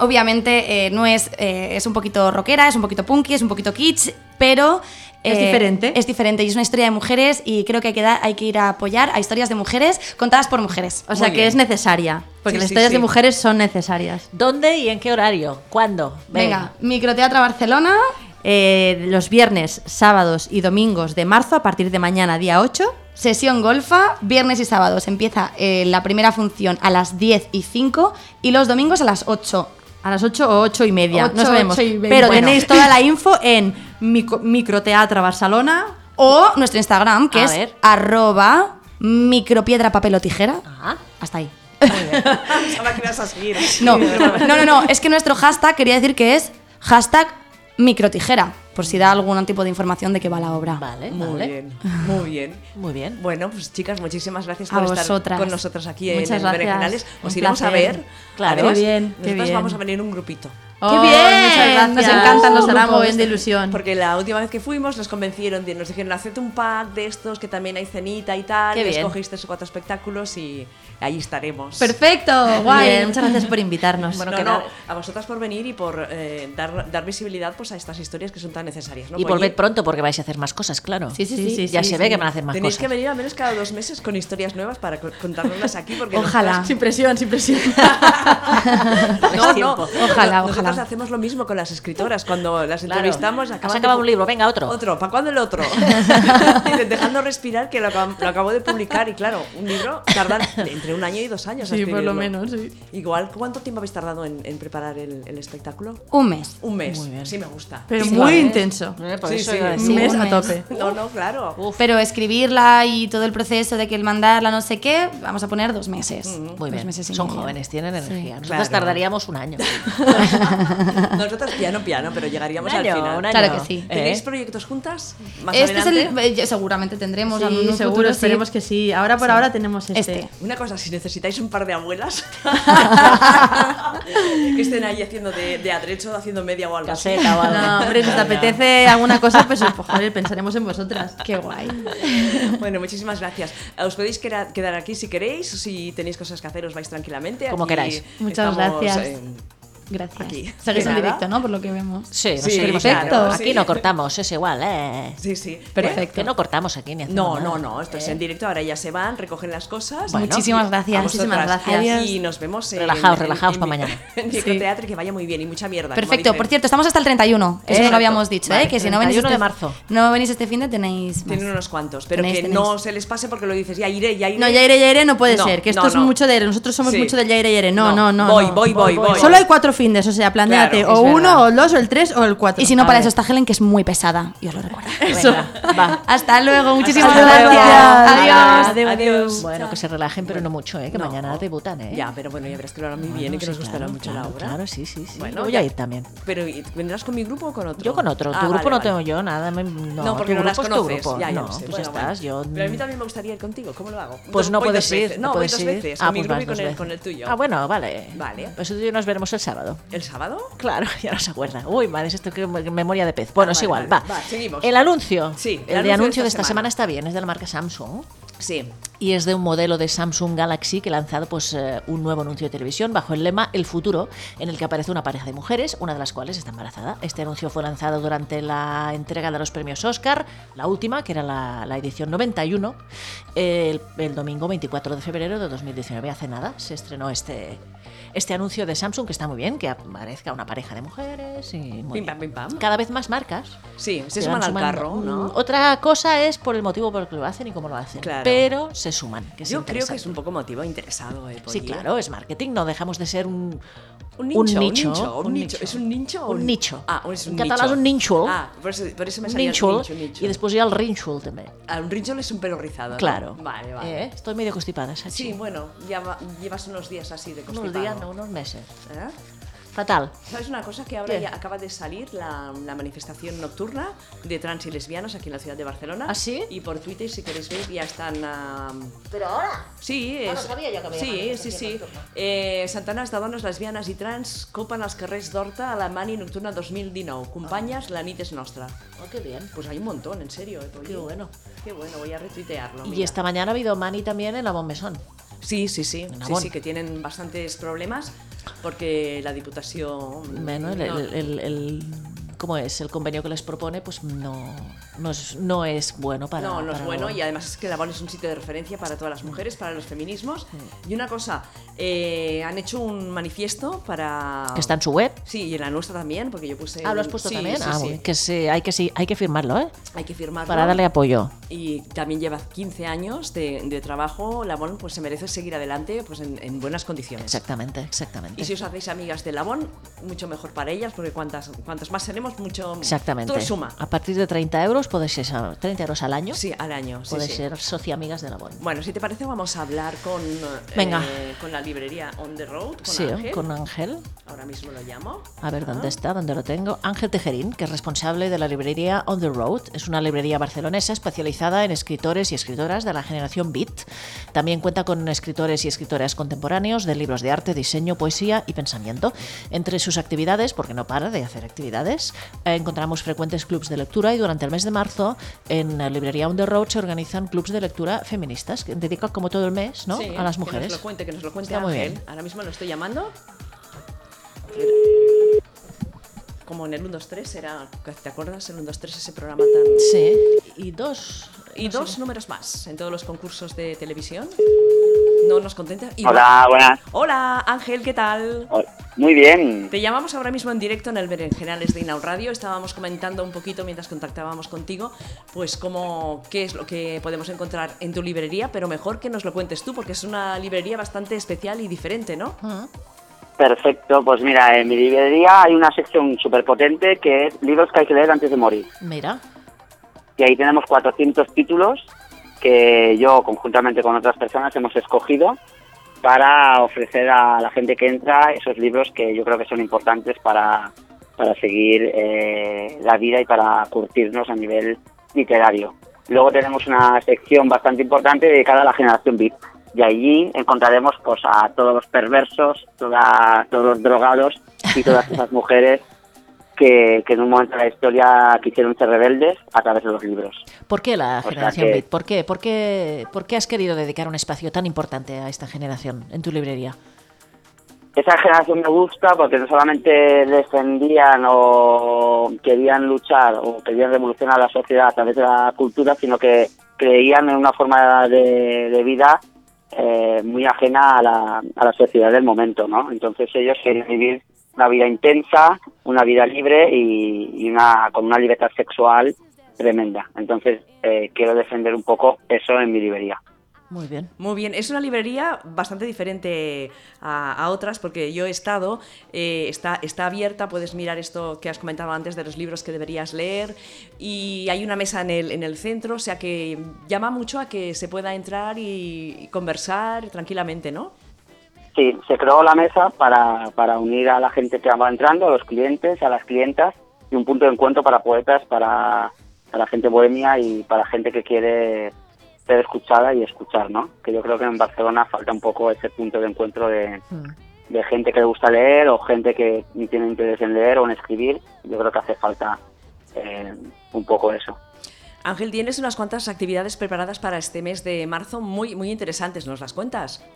Obviamente eh, no es, eh, es un poquito rockera, es un poquito punky, es un poquito kitsch, pero... eh, Es diferente. Es diferente y es una historia de mujeres y creo que hay que, dar- hay que ir a apoyar a historias de mujeres contadas por mujeres. O sea Muy que bien. es necesaria, porque Sí, las sí, historias sí. de mujeres son necesarias. ¿Dónde y en qué horario? ¿Cuándo? Venga, Microteatro Barcelona. Eh, los viernes, sábados y domingos de marzo a partir de mañana, día 8. Sesión golfa, viernes y sábados. Empieza eh, la primera función a las 10 y 5 y los domingos a las 8. A las 8 o 8 y media, no Ocho, sabemos. ocho y veinte. Pero Bueno. tenéis toda la info en micro- Microteatra Barcelona. O nuestro Instagram, que A es ver. arroba micropiedra, papel o tijera. Ah, Hasta ahí. Pensaba que ibas a seguir. No, no, no, no, es que nuestro hashtag quería decir que es hashtag microtijera, por si da algún tipo de información de qué va la obra. Ah, vale, Muy vale. bien, muy bien. Muy bien. Bueno, pues chicas, muchísimas gracias A por estar vosotras. con nosotras aquí Muchas en el gracias. Berenjenales. Os Un iremos placer. a ver. Claro. Además, Qué bien, qué Nosotras bien. vamos a venir un grupito. Oh, bien! Nos Nos encantan encantan los nos hará grupos. mogollón de ilusión. Porque la última vez que fuimos nos convencieron, de- nos dijeron, haced un pack de estos que también hay cenita y tal. Qué Y bien. escogéis tres o cuatro espectáculos y ahí estaremos. Perfecto, guay. muchas gracias por invitarnos. Bueno, No, que no, nada. a vosotras por venir y por eh, dar, dar visibilidad pues, a estas historias que son tan necesarias. ¿no? pues Y Oye, volved pronto porque vais a hacer más cosas, claro. Sí, sí, sí, sí, ya sí, se sí. ve que van a hacer más Tenéis que cosas. venir al menos cada dos meses con historias nuevas para co- contárnoslas aquí. Porque Ojalá. Sin presión, sin presión. nosotras- Tenéis no, tiempo. no. Ojalá, Nosotras ojalá. hacemos lo mismo con las escritoras. Cuando las Claro. entrevistamos, Has acaban de acabado pu- un libro, venga, otro. Otro, ¿para cuándo el otro? Dicen, Dejando respirar, que lo acabo, lo acabo de publicar. Y claro, un libro tarda entre un año y dos años. Sí, por lo escribirlo. menos, sí. Igual, ¿cuánto tiempo habéis tardado en, en preparar el, el espectáculo? Un mes. Un mes. bien. Sí, me gusta. Pero Sí, muy ¿eh? intenso. Eh, por Sí, eso sí. iba a Un decir. mes un a mes. tope. No, no, claro. Pero escribirla y todo el proceso de que el mandarla, no sé qué, vamos a poner dos meses. Muy Dos bien. meses y Son medio. jóvenes, tienen energía. Claro. Nosotros tardaríamos un año. Nosotros piano, piano, pero llegaríamos Un año, al final. un año. Claro que sí. ¿Eh? ¿Tenéis proyectos juntas? Más Este es el, adelante. eh, yo- seguramente tendremos en un Sí, futuro, seguro, sí. esperemos que sí. Ahora por ahora tenemos este. Este. Una cosa, si necesitáis un par de abuelas que estén ahí haciendo de, de atrecho, haciendo media o algo así. Caseta o algo. No, hombre, si te apetece alguna cosa, pues pues, joder, pensaremos en vosotras. Qué guay. Bueno, muchísimas gracias. Os podéis quera- quedar aquí si queréis, si tenéis cosas que hacer os vais tranquilamente. Como Aquí queráis. Muchas estamos, gracias. eh, Gracias. Aquí. Seguís De nada. en directo, ¿no? Por lo que vemos. Sí, nos Sí, seguimos perfecto. en directo. Sí. Aquí no cortamos, es igual, ¿eh? sí, sí. Perfecto. Que no cortamos aquí ni hacemos No, no, nada. no, esto es en directo, ahora ya se van, recogen las cosas. Bueno. Muchísimas A gracias. vosotras. muchísimas gracias. Adiós. Y nos vemos en, Relajaos, relajaos en- pa' mañana. En microteatro y que vaya muy bien y mucha mierda. como Perfecto, por dicen. cierto, estamos hasta el 31. Eso no Exacto. lo habíamos dicho, Vale, ¿eh? Que si no venís 31 este, de marzo. No venís este fin de tenéis. más. Tienen unos cuantos, pero Tenéis, que tenéis. no se les pase porque lo dices, ya iré, ya iré. No, ya iré, ya iré, no puede No, ser. Que esto no, es no. mucho de. Nosotros somos Sí. mucho del ya iré, ya iré. No, No, no, no. voy, no. voy, voy, voy. Solo hay cuatro findes, o sea, planteate Claro, o es uno, verdad. o el dos, o el tres, o el cuatro. Y si no, A para ver. eso está Helen, que es muy pesada. Y os lo recuerdo. Eso. Va. Hasta luego, muchísimas luego. gracias. Adiós. Adiós. Adiós. Bueno, que se relajen, pero no mucho, ¿eh? Que No. mañana debutan, ¿eh? Ya, pero bueno, ya verás que lo harán muy bien y Bueno, que sí, nos gustará claro, mucho claro, la obra. Claro, sí, sí, sí. Bueno, voy ya- a ir también. Pero ¿y ¿vendrás con mi grupo o con otro? Yo con otro, Ah, tu grupo vale, no vale. tengo yo nada. me- No, No, porque tu no las grupo es tu conoces. grupo. Ya, ya no, lo sé. tú ya Bueno, estás, bueno. yo. mm. Pero a mí también me gustaría ir contigo. ¿Cómo lo hago? Pues Dos- no voy puedes dos ir. veces. No, puedes voy dos ir. veces. Ah, con mi pues grupo vas y con dos el, veces. con el tuyo. Ah, bueno, vale. Vale. Pues tú y yo nos veremos el sábado. sábado. ¿El sábado? Claro, ya no se acuerda. Uy, madre, es esto que me- memoria de pez. Bueno, Ah, es vale, igual, vale. va. Va, seguimos. El anuncio. Sí, el el, de anuncio anuncio de esta semana. semana está bien, es de la marca Samsung. Sí. Y es de un modelo de Samsung Galaxy que ha lanzado pues, eh, un nuevo anuncio de televisión bajo el lema El futuro, en el que aparece una pareja de mujeres, una de las cuales está embarazada. Este anuncio fue lanzado durante la entrega de los premios Oscar, la última, que era la, la edición 91, el, el domingo 24 de febrero de 2019. Hace nada se estrenó este, este anuncio de Samsung, que está muy bien, que aparezca una pareja de mujeres. Y muy Pim, bien. pam, pim, pam. Cada vez más marcas Sí, se que suman van al sumando. carro, Mm, ¿no? Otra cosa es por el motivo por el que lo hacen y cómo lo hacen. Claro. Pero se suman. que es Yo creo que interesante. es un poco motivo interesado. eh, Polly. Sí, claro, es marketing. No dejamos de ser un, Un nicho, un nicho, un nicho. ¿Es un nicho o Un nicho. Ah, es un En nicho. català és un nínxol. Ah, por eso, por eso me un salía ninxol, el nicho, nicho. y después ya el rinchul también. Ah, un rinchol es un pelo rizado. ¿no? Claro. Vale, vale. Eh, Estoy medio constipada, Sachi. Sí, bueno, ya va- llevas unos días así de unos constipado. días, no, unos meses. ¿Eh? Fatal. ¿Sabes una cosa? Que ahora ¿Qué? ya acaba de salir la, la manifestación nocturna de trans y lesbianas aquí en la ciudad de Barcelona. ¿Ah, sí? Y por Twitter, si queréis ver, ya están... ah, Pero ahora. Sí, Ah, és... no sabia jo que havia sí, sí, manifestació sí. nocturna. Eh, centenars de dones lesbianes i trans copen els carrers d'Horta a la Mani Nocturna 2019. Companyes, la nit és nostra. Oh, qué bien. Pues hay un montón, en serio. Eh, Polly. Qué bueno. Qué bueno, voy a retuitearlo. Y mira. esta mañana ha habido Mani también en la Bombesón. Sí, sí, sí. En Sí, Avon. sí, que tienen bastantes problemas porque la Diputación... Bueno, el, no- el- el- el- ¿cómo es? El convenio que les propone, pues no, no, es, no es bueno para. No, no es para Mm. bueno la- y además es que la Bon es un sitio de referencia para todas las mujeres, para los feminismos. Mm. Y una cosa, eh, han hecho un manifiesto para... Que está en su web. Sí, y en la nuestra también, porque yo puse... Ah, lo has un- puesto Sí, también. sí, ah, sí. bueno, que se- hay que sí, hay que firmarlo, ¿eh? Hay que firmarlo. Para darle apoyo. Y también lleva 15 años de, de trabajo. La Bon pues, se merece seguir adelante pues, en, en buenas condiciones. Exactamente, exactamente. Y si os hacéis amigas de la Bon, mucho mejor para ellas, porque cuantas, cuantas más seremos, mucho... Exactamente. Todo suma. A partir de 30 euros podéis ser 30 euros al año. Sí, al año. sí, podéis sí. ser socia amigas de la BON. Bueno, si te parece, vamos a hablar con, eh, Venga. con la librería On the Road, con sí, Ángel. con Ángel. Ahora mismo lo llamo. A ver dónde Ah. está, dónde lo tengo. Ángel Tejerín, que es responsable de la librería On the Road. Es una librería barcelonesa especializada en escritores y escritoras de la generación Beat. También cuenta con escritores y escritoras contemporáneos de libros de arte, diseño, poesía y pensamiento. Entre sus actividades, porque no para de hacer actividades, eh, encontramos frecuentes clubs de lectura y durante el mes de marzo en la librería On the Road se organizan clubs de lectura feministas que dedica como todo el mes ¿no? Sí, a las Que nos mujeres. lo cuente, que nos lo cuente Está muy Ángel. bien. Ahora mismo lo estoy llamando. Como en el 1, 2, 3 era, ¿te acuerdas? El 1, 2, 3 ese programa tan... Sí. Y dos. Y no sé dos números más en todos los concursos de televisión. No nos contenta. Y- Hola, buenas. Hola, Ángel, ¿qué tal? Hola. Muy bien. Te llamamos ahora mismo en directo en el Berenjenales de Inaud Radio. Estábamos comentando un poquito mientras contactábamos contigo, pues cómo, qué es lo que podemos encontrar en tu librería, pero mejor que nos lo cuentes tú, porque es una librería bastante especial y diferente, ¿no? Perfecto. Pues mira, en mi librería hay una sección súper potente que es libros que hay que leer antes de morir. Mira, Y ahí tenemos 400 títulos que yo, conjuntamente con otras personas, hemos escogido para ofrecer a la gente que entra esos libros que yo creo que son importantes para, para seguir eh, la vida y para curtirnos a nivel literario. Luego tenemos una sección bastante importante dedicada a la generación VIP. Y allí encontraremos pues, a todos los perversos, toda- todos los drogados y todas esas mujeres que, que en un momento de la historia quisieron ser rebeldes a través de los libros. ¿por qué la O sea generación que- Beat? ¿Por qué? ¿Por qué? por qué has querido dedicar un espacio tan importante a esta generación en tu librería? Esa generación me gusta porque no solamente defendían o querían luchar o querían revolucionar la sociedad a través de la cultura, sino que creían en una forma de, de vida eh, muy ajena a la, a la sociedad del momento, ¿no? Entonces ellos querían vivir una vida intensa, una vida libre y, y una, con una libertad sexual tremenda. Entonces eh, quiero defender un poco eso en mi librería. Muy bien. Muy bien, es una librería bastante diferente a, a otras porque yo he estado, eh, está, está abierta, puedes mirar esto que has comentado antes de los libros que deberías leer y hay una mesa en el, en el centro, o sea que llama mucho a que se pueda entrar y, y conversar tranquilamente, ¿no? Sí, se creó la mesa para, para unir a la gente que va entrando, a los clientes, a las clientas, y un punto de encuentro para poetas, para, para gente bohemia y para gente que quiere ser escuchada y escuchar, ¿no? Que yo creo que en Barcelona falta un poco ese punto de encuentro de, de gente que le gusta leer o gente que tiene interés en leer o en escribir. Yo creo que hace falta eh, un poco eso. Ángel, tienes unas cuantas actividades preparadas para este mes de marzo muy, muy interesantes, ¿nos las cuentas?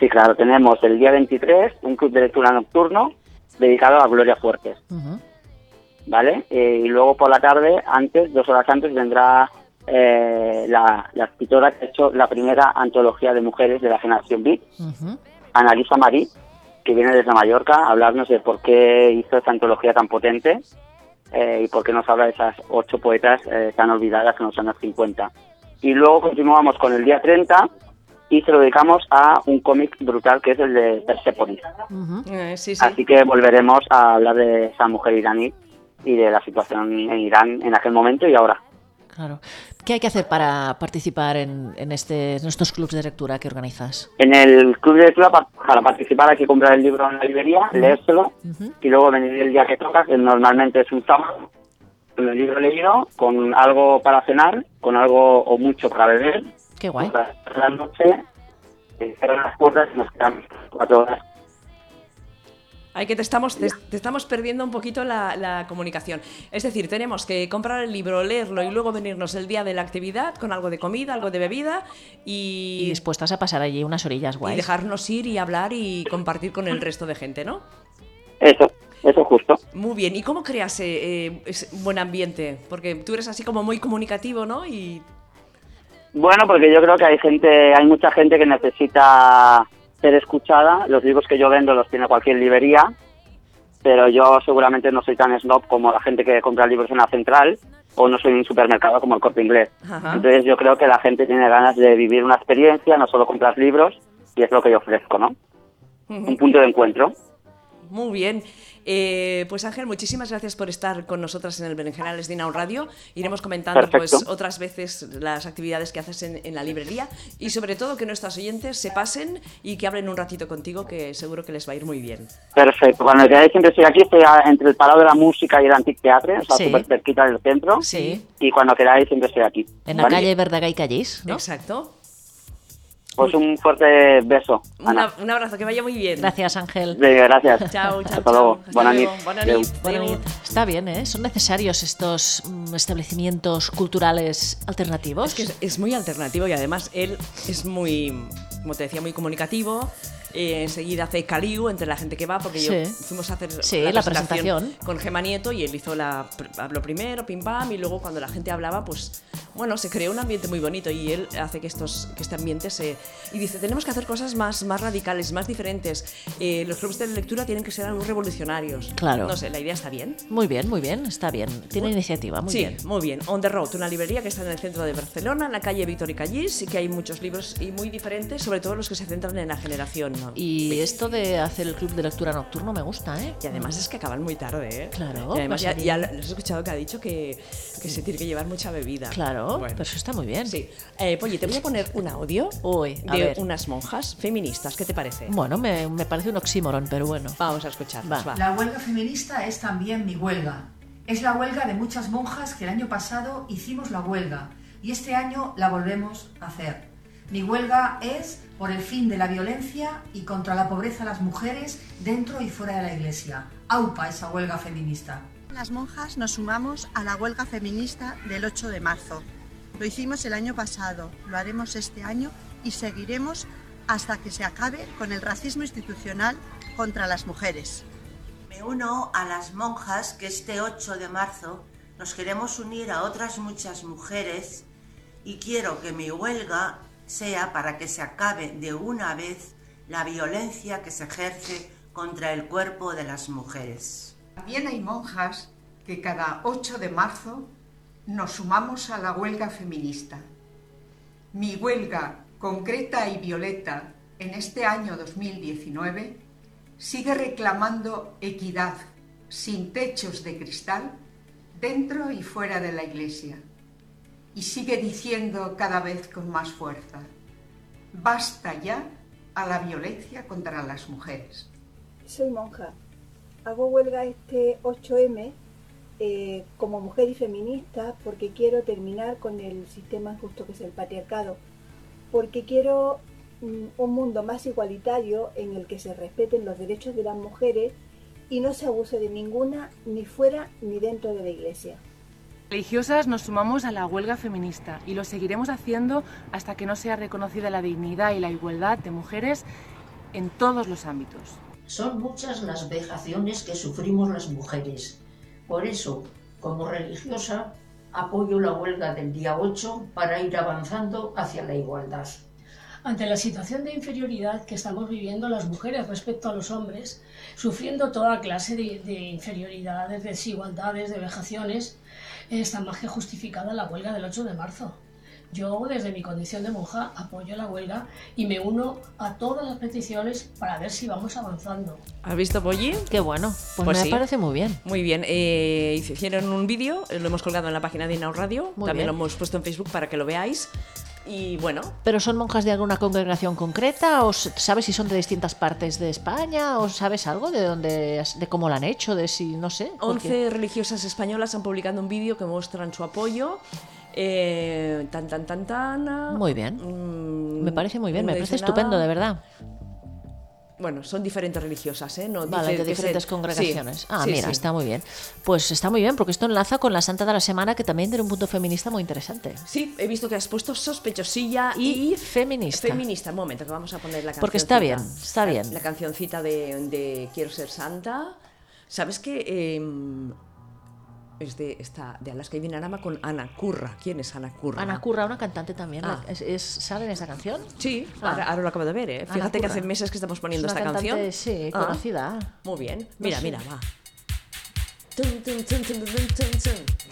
Sí, claro, tenemos el día 23 un club de lectura nocturno dedicado a Gloria Fuertes. ¿Vale? Eh, y luego por la tarde, antes, dos horas antes, vendrá eh, la, la escritora que ha hecho la primera antología de mujeres de la generación Beat, Analisa Marí, que viene desde Mallorca a hablarnos de por qué hizo esta antología tan potente eh, y por qué nos habla de esas ocho poetas eh, tan olvidadas en los años 50. Y luego continuamos con el día 30 y se lo dedicamos a un cómic brutal que es el de Persepolis. Eh, sí, sí. Así que volveremos a hablar de esa mujer iraní y de la situación en Irán en aquel momento y ahora. Claro. ¿Qué hay que hacer para participar en, en este, en estos clubes de lectura que organizas? En el club de lectura, pa- para participar, hay que comprar el libro en la librería, leérselo y luego venir el día que toca, que normalmente es un sábado, con el libro leído, con algo para cenar, con algo o mucho para beber. Qué guay. para Pues La noche, eh, cerran las puertas y nos quedamos cuatro horas. Hay que te estamos, te, te estamos perdiendo un poquito la, la comunicación. Es decir, tenemos que comprar el libro, leerlo y luego venirnos el día de la actividad con algo de comida, algo de bebida y, Y dispuestas a pasar allí unas orillas y guays. dejarnos ir y hablar y compartir con el resto de gente, ¿no? Eso, eso justo. Muy bien. ¿Y cómo creas eh, eh, ese buen ambiente? Porque tú eres así como muy comunicativo, ¿no? Y Bueno, porque yo creo que hay gente, hay mucha gente que necesita ser escuchada. Los libros que yo vendo los tiene cualquier librería, pero yo seguramente no soy tan snob como la gente que compra libros en la central o no soy un supermercado como el Corte Inglés. Ajá. Entonces yo creo que la gente tiene ganas de vivir una experiencia, no solo comprar libros, y es lo que yo ofrezco, ¿no? Un punto de encuentro. muy bien. Eh, pues Ángel, muchísimas gracias por estar con nosotras en el Berenjenales de Inaun Radio. Iremos comentando Perfecto. pues otras veces las actividades que haces en, en la librería y sobre todo que nuestros oyentes se pasen y que hablen un ratito contigo que seguro que les va a ir muy bien. Perfecto. Cuando queráis siempre estoy aquí, estoy a- entre el Palau de la Música y el Antic Teatre, o sea, Sí. súper cerquita del centro. Sí. Y cuando queráis siempre estoy aquí. En la ¿vale? calle Verdagay Callís, ¿no? Exacto. Pues un fuerte beso. Ana. Una- un abrazo, que vaya muy bien. Gracias, Ángel. Venga, gracias. Chao, chao. Hasta luego. chao. Hasta Buenas luego. noches. Bona Adeu. nit. Bueno, Adeu. está bien, ¿eh? Son necesarios estos mm, establecimientos culturales alternativos. Es que es, es muy alternativo y además él es muy, como te decía, muy comunicativo. Eh, enseguida hace caliu entre la gente que va, porque yo Sí. fuimos a hacer Sí, la presentación. con Gema Nieto y él hizo la pr- habló primero, pim pam, y luego cuando la gente hablaba, pues bueno, se creó un ambiente muy bonito y él hace que estos que este ambiente se y dice, tenemos que hacer cosas más más radicales, más diferentes. Eh, los clubes de lectura tienen que ser algo revolucionarios. Claro. No sé, la idea está bien. Muy bien, muy bien, está bien. Tiene iniciativa, muy sí, bien. muy bien. On the Road, una librería que está en el centro de Barcelona, en la calle Víctor y Callís, y que hay muchos libros y muy diferentes, sobre todo los que se centran en la generación. ¿no? Y esto de hacer el club de lectura nocturno me gusta, ¿eh? Y además es que acaban muy tarde, ¿eh? Claro, Y además ya, pasaría. ya lo has escuchado que ha dicho que, que se tiene que llevar mucha bebida. Claro, Bueno, pero eso está muy bien. Sí. Eh, Polly, te voy a poner un audio Uy, a de ver. unas monjas feministas. ¿Qué te parece? Bueno, me, me parece un oxímoron, pero bueno. Vamos a escucharlas. Va. va. La huelga feminista es también mi huelga. Es la huelga de muchas monjas que el año pasado hicimos la huelga y este año la volvemos a hacer. Mi huelga es por el fin de la violencia y contra la pobreza a las mujeres dentro y fuera de la iglesia. Aupa esa huelga feminista. Las monjas nos sumamos a la huelga feminista del 8 de marzo. Lo hicimos el año pasado, lo haremos este año y seguiremos hasta que se acabe con el racismo institucional contra las mujeres. Me uno a las monjas que este 8 de marzo nos queremos unir a otras muchas mujeres y quiero que mi huelga sea para que se acabe de una vez la violencia que se ejerce contra el cuerpo de las mujeres. También hay monjas que cada 8 de marzo nos sumamos a la huelga feminista. Mi huelga concreta y violeta en este año 2019 sigue reclamando equidad sin techos de cristal dentro y fuera de la iglesia y sigue diciendo cada vez con más fuerza, basta ya a la violencia contra las mujeres. Soy monja. Hago huelga este 8M eh, como mujer y feminista porque quiero terminar con el sistema injusto que es el patriarcado. Porque quiero mm, un mundo más igualitario en el que se respeten los derechos de las mujeres y no se abuse de ninguna, ni fuera ni dentro de la iglesia. Religiosas nos sumamos a la huelga feminista y lo seguiremos haciendo hasta que no sea reconocida la dignidad y la igualdad de mujeres en todos los ámbitos. Son muchas las vejaciones que sufrimos las mujeres. Por eso, como religiosa, apoyo la huelga del día 8 para ir avanzando hacia la igualdad. Ante la situación de inferioridad que estamos viviendo las mujeres respecto a los hombres, sufriendo toda clase de, de inferioridades, desigualdades, de vejaciones, está más que justificada la huelga del 8 de marzo. Yo, desde mi condición de monja, apoyo la huelga y me uno a todas las peticiones para ver si vamos avanzando. ¿Has visto Polly? Qué bueno. Pues, me parece muy bien. Muy bien. Eh, hicieron un vídeo, eh, lo hemos colgado en la página de Inau Radio, Muy también bien. lo hemos puesto en Facebook para que lo veáis. Y bueno, ¿Pero son monjas de alguna congregación concreta? ¿O s- sabes si son de distintas partes de España? ¿O sabes algo de dónde, has- de cómo lo han hecho? De si, no sé. porque- 11 religiosas españolas han publicado un vídeo que muestran su apoyo. Eh, tan, tan, tan, tan. ah. Muy bien. Mm, Me parece muy bien, no me dice parece estupendo, nada. de verdad. Bueno, son diferentes religiosas, ¿eh? No dice Vale, de que diferentes se- congregaciones. Sí, ah, sí, mira, sí. está muy bien. Pues está muy bien, porque esto enlaza con la Santa de la Semana, que también tiene un punto feminista muy interesante. Sí, he visto que has puesto sospechosilla y, feminista. Feminista, un momento, que vamos a poner la canción. Porque está bien, está bien. La cancioncita de, de Quiero ser santa. ¿Sabes qué? Eh, es de, está de Alaska y Dinarama con Ana Curra. ¿Quién es Ana Curra? Ana Curra, una cantante también, Ah. la- es- es- ¿sale en esa canción? Sí, Ah. ahora, ahora lo acabo de ver, ¿eh? Ana Fíjate que Curra. hace meses que estamos poniendo Es una esta canción. cantante, sí, Ah, conocida. Muy bien. No Mira, sé. mira, va. Tum, tum, tum, tum, tum, tum,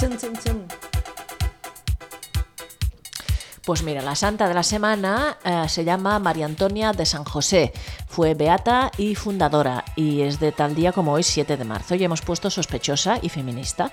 tum, tum, tum. Pues mira, la santa de la semana eh, se llama María Antonia de San José. Fue beata y fundadora y es de tal día como hoy, 7 de marzo, y hemos puesto sospechosa y feminista.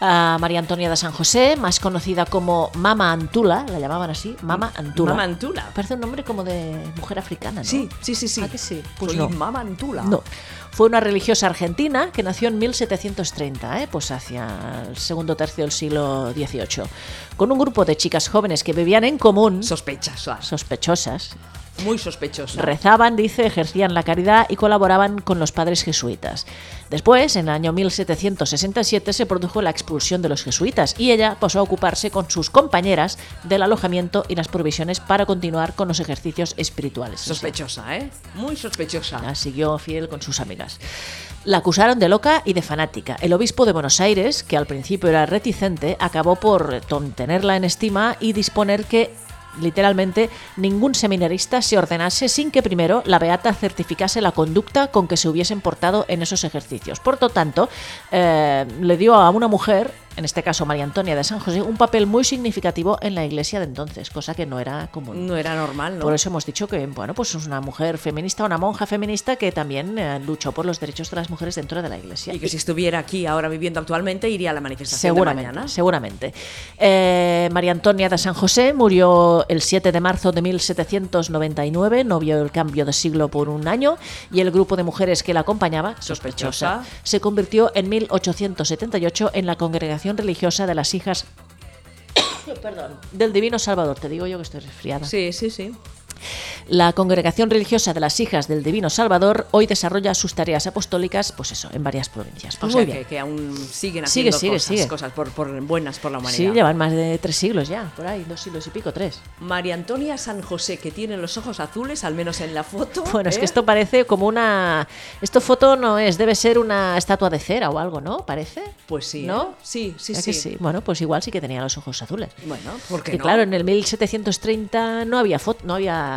Ah, María Antonia de San José, más conocida como Mama Antula, la llamaban así, Mama Antula. Mm, Mama Antula. Parece un nombre como de mujer africana, ¿no? Sí, sí, sí, sí. ¿A que sí? Pues Soy no. Mama Antula. No. Fue una religiosa argentina que nació en 1730, ¿eh? pues hacia el segundo tercio del siglo XVIII, con un grupo de chicas jóvenes que vivían en común. Sospechosas. Sospechosas. Muy sospechosa. Rezaban, dice, ejercían la caridad y colaboraban con los padres jesuitas. Después, en el año 1767, se produjo la expulsión de los jesuitas y ella pasó a ocuparse con sus compañeras del alojamiento y las provisiones para continuar con los ejercicios espirituales. Sospechosa, ¿eh? Muy sospechosa. La siguió fiel con sus amigas. La acusaron de loca y de fanática. El obispo de Buenos Aires, que al principio era reticente, acabó por tom- tenerla en estima y disponer que literalmente ningún seminarista se ordenase sin que primero la beata certificase la conducta con que se hubiesen portado en esos ejercicios. Por lo tanto, eh, le dio a una mujer, en este caso María Antonia de San José, un papel muy significativo en la iglesia de entonces, cosa que no era común. No era normal, ¿no? Por eso hemos dicho que, bueno, pues es una mujer feminista, una monja feminista que también eh, luchó por los derechos de las mujeres dentro de la iglesia. Y que si estuviera aquí ahora viviendo actualmente, iría a la manifestación Seguramente, de mañana. seguramente. Eh, María Antonia de San José murió el 7 de marzo de 1799, no vio el cambio de siglo por un año y el grupo de mujeres que la acompañaba, sospechosa, Sospechosa. se convirtió en 1878 en la congregación religiosa de las hijas Perdón. del Divino Salvador. Te digo yo que estoy resfriada. Sí, sí, sí. La congregación religiosa de las hijas del Divino Salvador hoy desarrolla sus tareas apostólicas, pues eso, en varias provincias. O Pues sea muy bien. Que, que aún siguen Sigue, haciendo sigue, cosas, sigue. cosas por, por buenas por la humanidad. Sí, llevan más de tres siglos ya, por ahí, dos siglos y pico, tres. María Antonia San José, que tiene los ojos azules, al menos en la foto. Bueno, es ¿eh? que esto parece como una... Esto foto no es, debe ser una estatua de cera o algo, ¿no? ¿Parece? Pues sí. ¿No? ¿eh? Sí, sí, ¿A sí. que sí? Bueno, pues igual sí que tenía los ojos azules. Bueno, ¿por qué Que no? claro, en el 1730 no había, fot- no había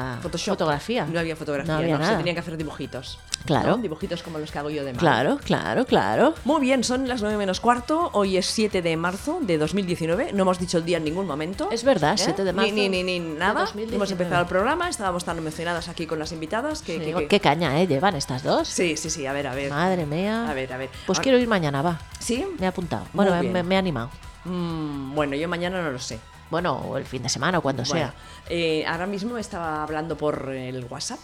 fotografía. No había fotografía, No había no, nada. se tenían que hacer dibujitos. Claro. ¿no? Dibujitos como los que hago yo de mano. Claro, claro, claro. Muy bien, son las 9 menos cuarto, hoy es 7 de marzo de 2019, no hemos dicho el día en ningún momento. Es verdad, ¿eh? 7 de Ni- marzo Ni, ni, ni de nada, 2019. hemos empezado el programa, estábamos tan emocionadas aquí con las invitadas que... Sí, que- digo, que- Qué caña, ¿eh? Llevan estas dos. Sí, sí, sí, a ver, a ver. Madre mía. A ver, a ver. Pues Ahora- quiero ir mañana, va. ¿Sí? Me he apuntado. Ah. Muy Bueno, me- bien. me, me he animado. Mm, bueno, yo mañana no lo sé. Bueno, o el fin de semana o cuando Bueno, sea. eh, ahora mismo estaba hablando por el WhatsApp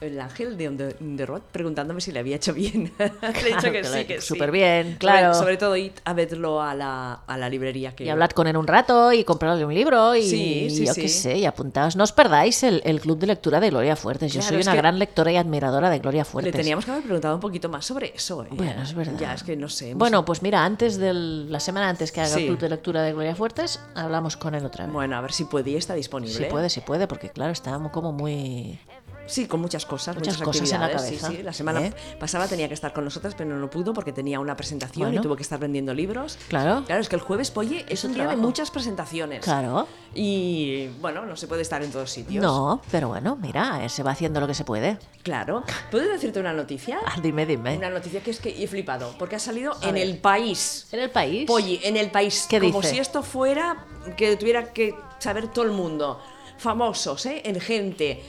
el ángel de On the, on the Road preguntándome si le había hecho bien. le he dicho Claro que que sí, le- que sí. superbién, Sobre- claro. Sobre, todo ir a verlo a la, a la librería que... Y hablad con él un rato y comprarle un libro y Sí, sí, yo sí. qué sé, y apuntaos. No os perdáis el, el club de lectura de Gloria Fuertes. Yo Claro, soy es una que- gran lectora y admiradora de Gloria Le Fuertes. teníamos que haber preguntado un poquito más sobre eso. ¿eh? Bueno, es verdad. Ya, es que no sé. hemos- Bueno, pues mira, antes de la semana antes que haga Sí. el club de lectura de Gloria Fuertes, hablamos con él otra vez. Bueno, a ver si puede y está disponible. Si puede, si puede, porque claro, está mu- como muy... Sí, con muchas cosas, Muchas muchas, cosas en la actividades, sí, cabeza, sí. La semana ¿eh? pasada tenía que estar con nosotras, pero no pudo porque tenía una presentación Bueno. y tuvo que estar vendiendo libros. Claro. Claro, es que el jueves, Polle, es su un día de trabajo. muchas presentaciones. Claro. Y bueno, no se puede estar en todos sitios. No, pero bueno, mira, eh, se va haciendo lo que se puede. Ah, Claro. ¿Puedo decirte una noticia? Dime, dime. Una noticia que es que he flipado, porque ha salido A en ver. el país. ¿En el país? Polly, en el país. ¿Qué Como dice? si esto fuera que tuviera que saber todo el mundo. Famosos, ¿eh? En gente.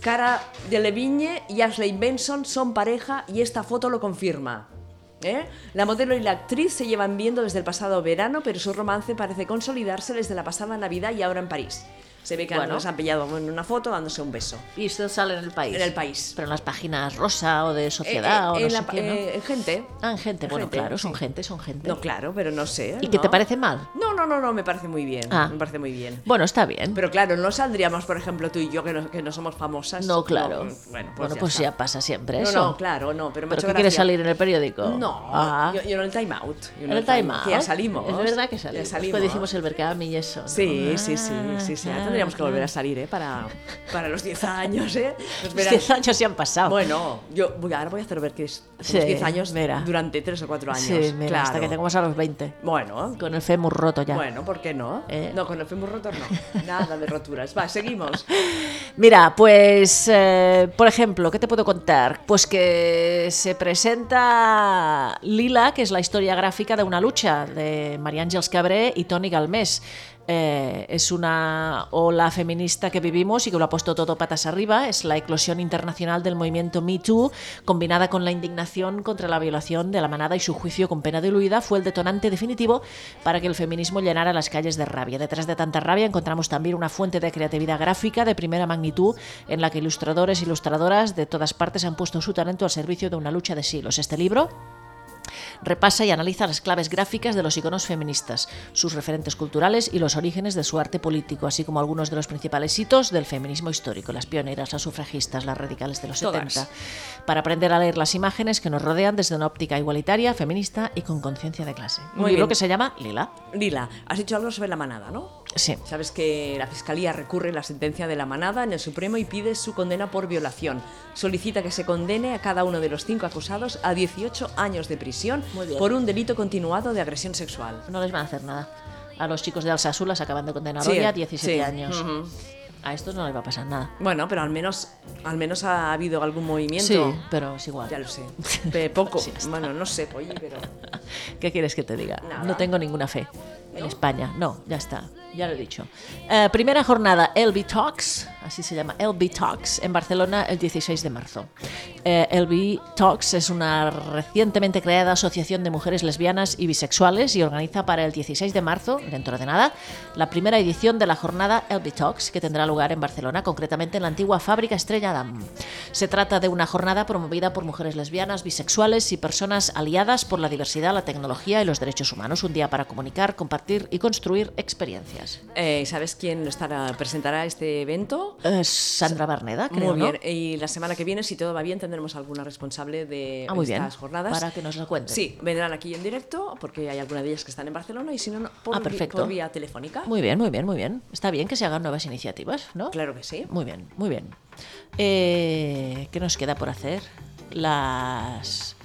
Cara de Levigne y Ashley Benson son pareja y esta foto lo confirma. ¿eh? La modelo y la actriz se llevan viendo desde el pasado verano, pero su romance parece consolidarse desde la pasada Navidad y ahora en París. Se ve que Bueno. nos han pillado en una foto dándose un beso. Y esto sale en el país. En el país. Pero en las páginas rosa o de Eh, eh, sociedad o no en la sé pa- qué, ¿no? eh, en gente. Ah, en gente. en Bueno, gente, claro, son gente, son gente. No, claro, pero no sé. ¿Y qué te ¿no? parece mal? No, no, no, no, me parece muy bien. Ah. Me parece muy bien. Bueno, está bien. Pero claro, no saldríamos, por ejemplo, tú y yo, que no, que no somos famosas. No, claro. No, bueno, pues, ya, está. pasa siempre No, eso. no, claro, no. Pero, me ha ¿Pero hecho qué quieres gracia. salir en el periódico? No, Ah. yo, yo en el time out. yo En el time out. que ya salimos. Es verdad que salimos. Ya salimos. Pues dijimos el Berkami y eso. ¿no? Sí, sí, sí, Ah, sí, sí. ahora claro, tendríamos que claro. volver a salir, ¿eh? Para, para los 10 años, ¿eh? Los Los verán- 10 años se han pasado. Bueno, yo voy, ahora voy a hacer ver que es los Sí, 10 años mira. durante 3 o 4 años. Sí, mira, claro. hasta que tengamos a los 20. Bueno. Con el fémur roto ya. Bueno, ¿por qué no? Eh. No, con el fémur roto no. Nada de roturas. Va, seguimos. Mira, pues, eh, por ejemplo, ¿qué te puedo contar? Pues que se presenta Lila, que es la historia gráfica de una lucha de María Ángeles Cabré y Toni Galmés. Eh, es una ola feminista que vivimos y que lo ha puesto todo patas arriba. Es la eclosión internacional del movimiento Me Too, combinada con la indignación contra la violación de la manada y su juicio con pena diluida, fue el detonante definitivo para que el feminismo llenara las calles de rabia. Detrás de tanta rabia encontramos también una fuente de creatividad gráfica de primera magnitud en la que ilustradores e ilustradoras de todas partes han puesto su talento al servicio de una lucha de siglos. Este libro repasa y analiza las claves gráficas de los iconos feministas, sus referentes culturales y los orígenes de su arte político, así como algunos de los principales hitos del feminismo histórico, las pioneras, las sufragistas, las radicales de los Todas. 70, para aprender a leer las imágenes que nos rodean desde una óptica igualitaria, feminista y con conciencia de clase. Un Muy libro bien. que se llama Lila. Lila, has dicho algo sobre la manada, ¿no? Sí. Sabes que la Fiscalía recurre la sentencia de la manada en el Supremo y pide su condena por violación. Solicita que se condene a cada uno de los cinco acusados a 18 años de prisión Muy bien. por un delito continuado de agresión sexual. No les van a hacer nada. A los chicos de Alsasur las acaban de condenar Sí, hoy a 17 sí. años. Ujú. A estos no les va a pasar nada. Bueno, pero al menos, al menos ha habido algún movimiento. Sí, pero es igual. Ya lo sé. Pe- poco. bueno, no sé, oye, pero. ¿Qué quieres que te diga? Nada. No tengo ninguna fe en España. No, ya está. Ya lo he dicho. Eh, primera jornada LB Talks, así se llama, LB Talks, en Barcelona el 16 de marzo. Eh, LB Talks es una recientemente creada asociación de mujeres lesbianas y bisexuales y organiza para el 16 de marzo, dentro de nada, la primera edición de la jornada LB Talks, que tendrá lugar en Barcelona, concretamente en la antigua fábrica Estrella Damm. Se trata de una jornada promovida por mujeres lesbianas, bisexuales y personas aliadas por la diversidad, la tecnología y los derechos humanos. Un día para comunicar, compartir y construir experiencias. Eh, ¿Sabes quién estará, presentará este evento? Eh, Sandra Barneda, creo, Muy bien, ¿no? y la semana que viene, si todo va bien, tendremos alguna responsable de Ah, muy eh, estas bien. jornadas. Para que nos lo cuente. Sí, vendrán aquí en directo, porque hay alguna de ellas que están en Barcelona, y si no, no, por, Ah, vi- perfecto. por vía telefónica. Muy bien, muy bien, muy bien. Está bien que se hagan nuevas iniciativas, ¿no? Claro que sí. Muy bien, muy bien. Eh, ¿Qué nos queda por hacer? Las...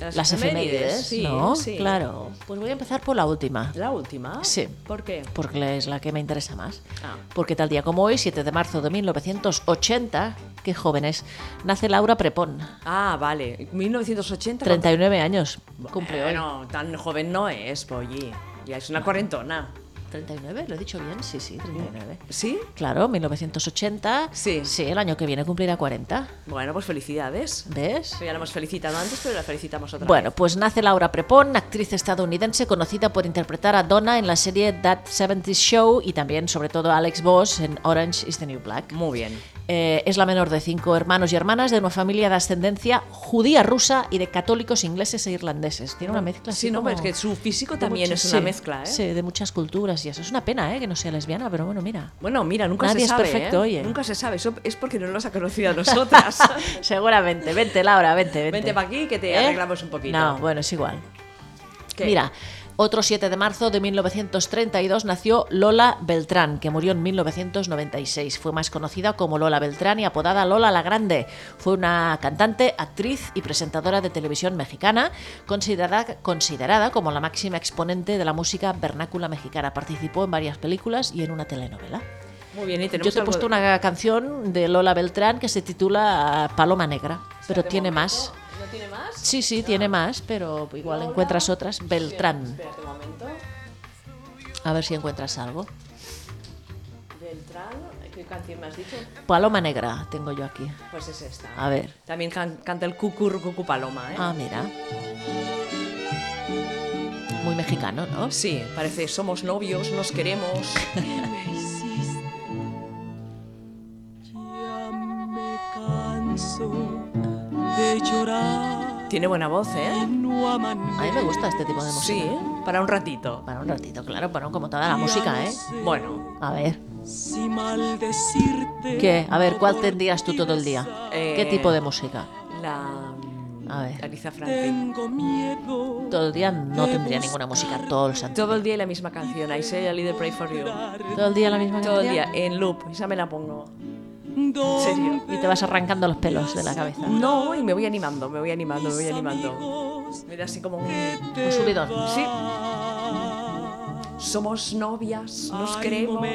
Las las efemérides, efemérides, sí, ¿no? sí. Claro. Pues voy a empezar por la última. ¿La última? Sí. ¿Por qué? Porque es la que me interesa más. Ah. Porque tal día como hoy, 7 de marzo de 1980, qué jóvenes, nace Laura Prepón. Ah, vale. 1980. 39 años cumple hoy. Ah. Bueno, tan joven no es, Polly. Ya es una cuarentona. ¿39? ¿Lo he dicho bien? Sí, sí, 39. ¿Sí? Claro, 1980. Sí. Sí, el año que viene cumplirá 40. Bueno, pues felicidades. ¿Ves? Ya la hemos felicitado antes, pero la felicitamos otra Bueno, vez. pues nace Laura Prepon, actriz estadounidense conocida por interpretar a Donna en la serie That 70s Show y también, sobre todo, a Alex Voss en Orange is the New Black. Muy bien. Eh, es la menor de cinco hermanos y hermanas de una familia de ascendencia judía rusa y de católicos ingleses e irlandeses. Tiene una mezcla así Mm, Sí, no, como pero es que su físico de también muchas- es una sí, mezcla, ¿eh? Sí, de muchas culturas y eso. Es una pena, ¿eh? Que no sea lesbiana, pero bueno, mira. Bueno, mira, nunca Nadie se es sabe. perfecto, ¿eh? oye. Nunca se sabe. Eso es porque no nos ha conocido a nosotras. Seguramente. Vente, Laura, vente, vente. Vente para aquí que te ¿Eh? arreglamos un poquito. No, bueno, es igual. ¿Qué? Mira, otro 7 de marzo de 1932 nació Lola Beltrán, que murió en 1996. Fue más conocida como Lola Beltrán y apodada Lola la Grande. Fue una cantante, actriz y presentadora de televisión mexicana, considerada, considerada como la máxima exponente de la música vernácula mexicana. Participó en varias películas y en una telenovela. Muy bien, y Yo tenemos te he algo- puesto una canción de Lola Beltrán que se titula ah, Paloma Negra, pero tiene más. ¿No tiene más? Sí, sí, tiene más, pero igual Lola- encuentras otras. Beltrán. Espera un momento. A ver si encuentras algo. Beltrán, ¿qué canción me has dicho? Paloma Negra tengo yo aquí. Pues es esta. A ver. También can- canta el cucurru cucu paloma, ¿eh? Ah, mira. Muy mexicano, ¿no? Sí, parece somos novios, nos queremos. canso de llorar. Tiene buena voz, ¿eh? A mí me gusta este tipo de música. Sí, para un ratito. Para un ratito, claro, bueno, como toda la música, ¿eh? Bueno. A ver. Si maldecirte. ¿Qué? A ver, ¿cuál tendrías tú todo el día? Eh, ¿Qué tipo de música? La. A ver. Aliza Franklin. Tengo miedo. Todo el día no tendría ninguna música, todo el santo. Todo el día la misma canción, I say a little pray for you. Todo el día la misma Todo el canción. día, en loop, esa me la pongo. ¿En Y te vas arrancando los pelos de la cabeza. No, y me voy animando, me voy animando, me voy animando. Me da así como un, Un subidón. Sí. Somos novias, nos queremos.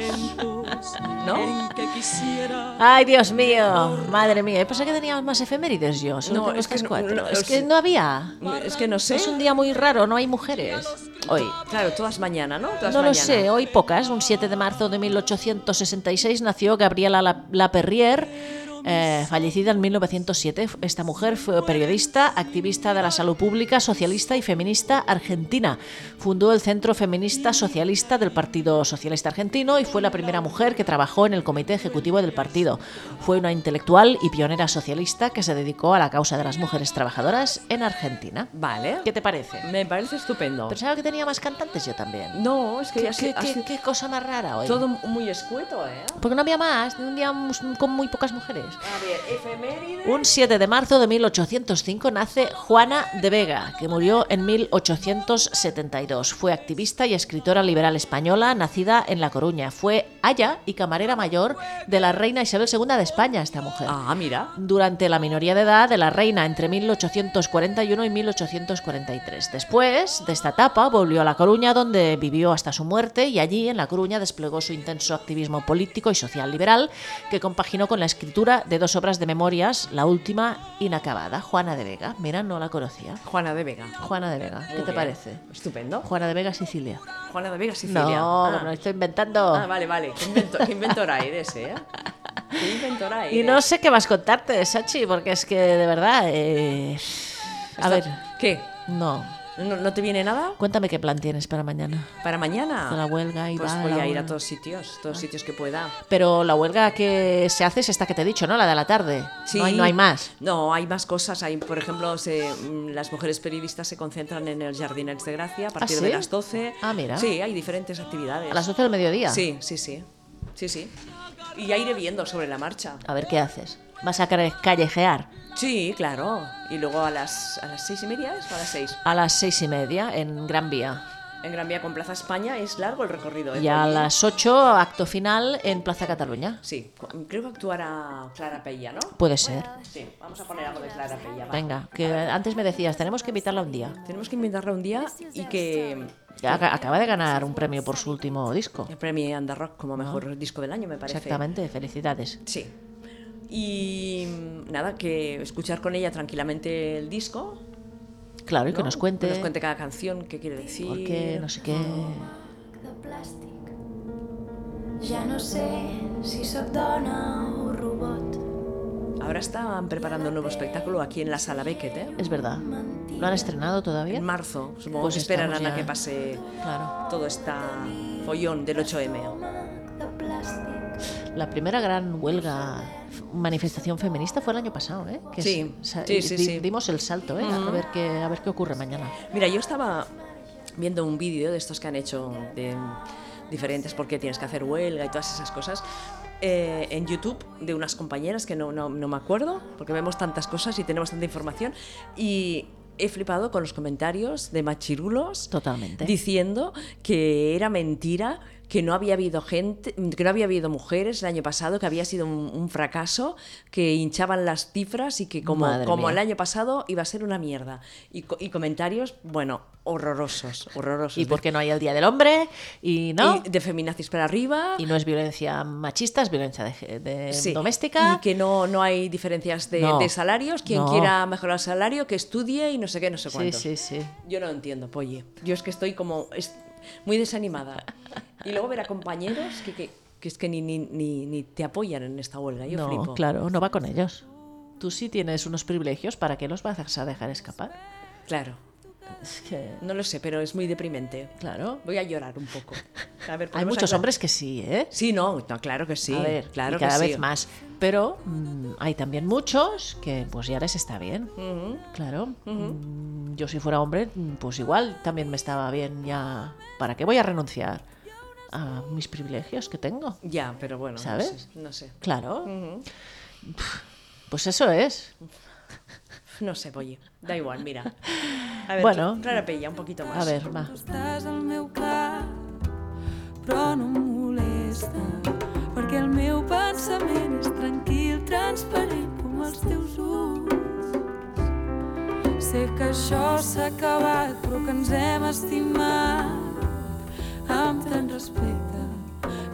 ¿No? que quisiera. Ay, Dios mío, madre mía. Pensé que teníamos más efemérides yo. Solo No, tengo es que estas no- cuatro. no, es es- que no había. Es que no sé. Es un día muy raro, no hay mujeres. Hoy. Claro, todas mañana, ¿no? Todas No lo mañana. sé, hoy pocas. Un 7 de marzo de 1866 nació Gabriela La- Laperrière, eh, fallecida en 1907. Esta mujer fue periodista, activista de la salud pública, socialista y feminista argentina. Fundó el Centro Feminista Socialista del Partido Socialista Argentino y fue la primera mujer que trabajó en el Comité Ejecutivo del partido. Fue una intelectual y pionera socialista que se dedicó a la causa de las mujeres trabajadoras en Argentina. Vale. ¿Qué te parece? Me parece estupendo. Pensaba que tenía más cantantes yo también. No, es que ¿Qué- ya qué- qué- qué cosa más rara hoy? Todo muy escueto, ¿eh? Porque no había más, un día mus- con muy pocas mujeres. A ver, efeméride. Un 7 de marzo de 1805 nace Juana de Vega, que murió en 1872. Fue activista y escritora liberal española, nacida en La Coruña. Fue aya y camarera mayor de la reina Isabel II de España, esta mujer. Ah, mira. Durante la minoría de edad de la reina entre 1841 y 1843. Después de esta etapa volvió a La Coruña donde vivió hasta su muerte y allí en La Coruña desplegó su intenso activismo político y social liberal que compaginó con la escritura de dos obras de memorias, la última inacabada, Juana de Vega. Mira, no la conocía. Juana de Vega. Juana de Vega, Muy ¿qué te bien. parece? Estupendo. Juana de Vega, Sicilia. Juana de Vega, Sicilia. No, Ah. me lo estoy inventando. Ah, vale, vale. ¿Qué, invento, qué inventora eres, eh? ¿Qué inventora eres? Y no sé qué más contarte, Sachi, porque es que de verdad. eh, A Está- ver. ¿Qué? No. ¿No, no te viene nada? Cuéntame qué plan tienes para mañana. ¿Para mañana? De la huelga y Pues va, voy la a ir a huelga. todos sitios, todos sitios que pueda. Pero la huelga que se hace es esta que te he dicho, ¿no? La de la tarde. Sí. No, hay, no hay más. No, hay más cosas. Hay, por ejemplo, se- mm, las mujeres periodistas se concentran en el Jardinets de Gracia a partir de sí? las 12. Ah, mira. Sí, hay diferentes actividades. ¿A las 12 del mediodía? Sí, sí, sí. Sí, sí. Y ya iré viendo sobre la marcha. A ver qué haces. ¿Vas a care- callejear? Sí, claro. Y luego a las, a las seis y media es o a las seis. A las seis y media en Gran Vía. En Gran Vía con Plaza España es largo el recorrido. ¿eh? Y a Por allí. las 8, acto final en Plaza Cataluña. Sí, cu- creo que actuará Clara Peña, ¿no? Puede ser. Sí, vamos a poner algo de Clara Peña. va. Venga, que antes me decías, tenemos que invitarla un día. Tenemos que inventarla un día y que Ac- Acaba de ganar un premio por su último disco. el premio Andarrock como mejor disco del año, me parece. Ah. Exactamente, felicidades. Sí. Y mm, nada, que escuchar con ella tranquilamente el disco. Claro, y que ¿no? nos cuente. Que nos cuente cada canción, qué quiere decir. Porque no sé qué. Ja no sé si sóc dona o robot. Ahora están preparando un nuevo espectáculo aquí en la sala Beckett, ¿eh? Es verdad. ¿Lo han estrenado todavía? En marzo. Supongo que esperarán a que pase todo este follón del 8M. La primera gran huelga, f- manifestación feminista fue el año pasado, ¿eh? Que Sí, es- sa- sí, sí, di- sí. Dimos el salto, ¿eh? Ujú. A, ver qué, a ver qué ocurre mañana. Mira, yo estaba viendo un vídeo de estos que han hecho de diferentes porque tienes que hacer huelga y todas esas cosas eh, en YouTube de unas compañeras que no, no- no me acuerdo porque vemos tantas cosas y tenemos tanta información y he flipado con los comentarios de machirulos Totalmente. diciendo que era mentira que no había habido gente que no había habido mujeres el año pasado que había sido un, un fracaso que hinchaban las cifras y que como, Madre como mía. el año pasado iba a ser una mierda y, co- y comentarios bueno horrorosos horrorosos Y porque no hay el Día del Hombre, y no. Y de feminazis para arriba. Y no es violencia machista, es violencia de, de Sí, doméstica. y que no, no hay diferencias de, No. de salarios quien No. quiera mejorar el salario que estudie y no sé qué no sé Sí, cuánto sí, sí. yo no lo entiendo polle yo es que estoy como es- muy desanimada y luego ver a compañeros que, que- que es que ni, ni, ni- ni te apoyan en esta huelga yo no, flipo claro, no va con ellos. Tú sí tienes unos privilegios, ¿para qué los vas a dejar escapar? Claro. No lo sé, pero es muy deprimente. Claro. Voy a llorar un poco. A ver, Hay podemos muchos aclar- hombres que sí, ¿eh? Sí, no, no, claro que sí. A ver, claro y cada que vez sí. más. Pero mm, hay también muchos que pues ya les está bien. Ujú. Claro. Ujú. Mm, Yo si fuera hombre, mm, pues igual también me estaba bien ya. ¿Para qué voy a renunciar a mis privilegios que tengo? Ya, pero bueno, no ¿Sabes? sé, no sé. Claro. Ujú. Pues eso es. No sé, oye, da igual, mira. A ver, Bueno. Clara Pella, un poquito más. A ver, va. Estàs al meu cap, però no em molesta, perquè el meu pensament és tranquil, transparent com els teus ulls. Sé que això s'ha acabat, però que ens hem estimat amb tant respecte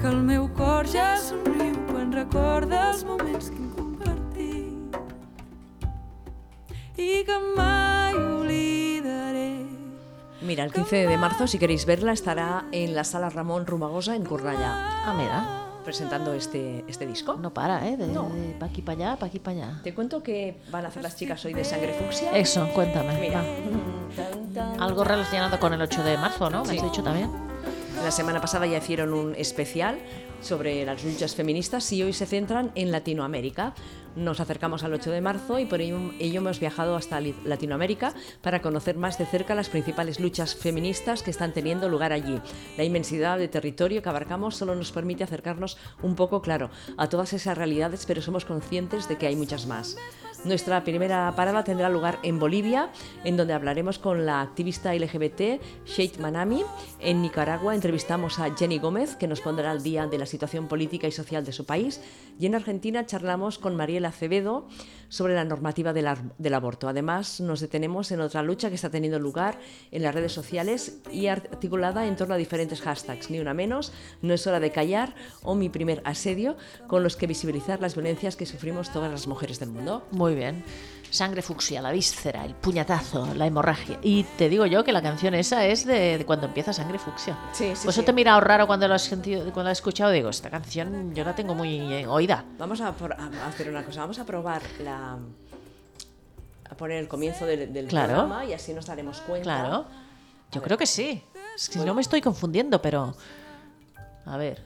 que el meu cor ja somriu quan recorda els moments que hem compartit i que mai oblidaré. Mira, el 15 de marzo, si queréis verla, estará en la sala Ramón Rumagosa en Cornellà. Ah, mira. Presentando este, este disco. No para, ¿eh? De, No. para aquí para allá, para aquí para allá. Te cuento que van a hacer las chicas hoy de sangre fucsia. Eso, cuéntame. Mira. va. Algo relacionado con el 8 de marzo, ¿no? Me Sí. has dicho también. La semana pasada ya hicieron un especial sobre las luchas feministas y hoy se centran en Latinoamérica. Nos acercamos al 8 de marzo y por ello, ello hemos viajado hasta Li- Latinoamérica para conocer más de cerca las principales luchas feministas que están teniendo lugar allí. La inmensidad de territorio que abarcamos solo nos permite acercarnos un poco, claro, a todas esas realidades, pero somos conscientes de que hay muchas más. Nuestra primera parada tendrá lugar en Bolivia, en donde hablaremos con la activista LGBT Sheikh Manami. En Nicaragua entrevistamos a Jenny Gómez, que nos pondrá al día de la situación política y social de su país. Y en Argentina charlamos con Mariela Acevedo sobre la normativa del, ar- del aborto. Además, nos detenemos en otra lucha que está teniendo lugar en las redes sociales y articulada en torno a diferentes hashtags, ni una menos, no es hora de callar o mi primer asedio, con los que visibilizar las violencias que sufrimos todas las mujeres del mundo. Muy bien. Sangre fucsia, la víscera, el puñetazo, la hemorragia. Y te digo yo que la canción esa es de, de cuando empieza Sangre fucsia. Sí, sí, Por eso sí. te he mirado raro cuando lo, has sentido, cuando la he escuchado. Digo, esta canción yo la tengo muy eh, oída. Vamos a, por- a hacer una cosa, vamos a probar la a poner el comienzo del, del Claro. programa y así nos daremos cuenta. Claro. Yo creo que sí. Es que no me estoy confundiendo, pero... A ver.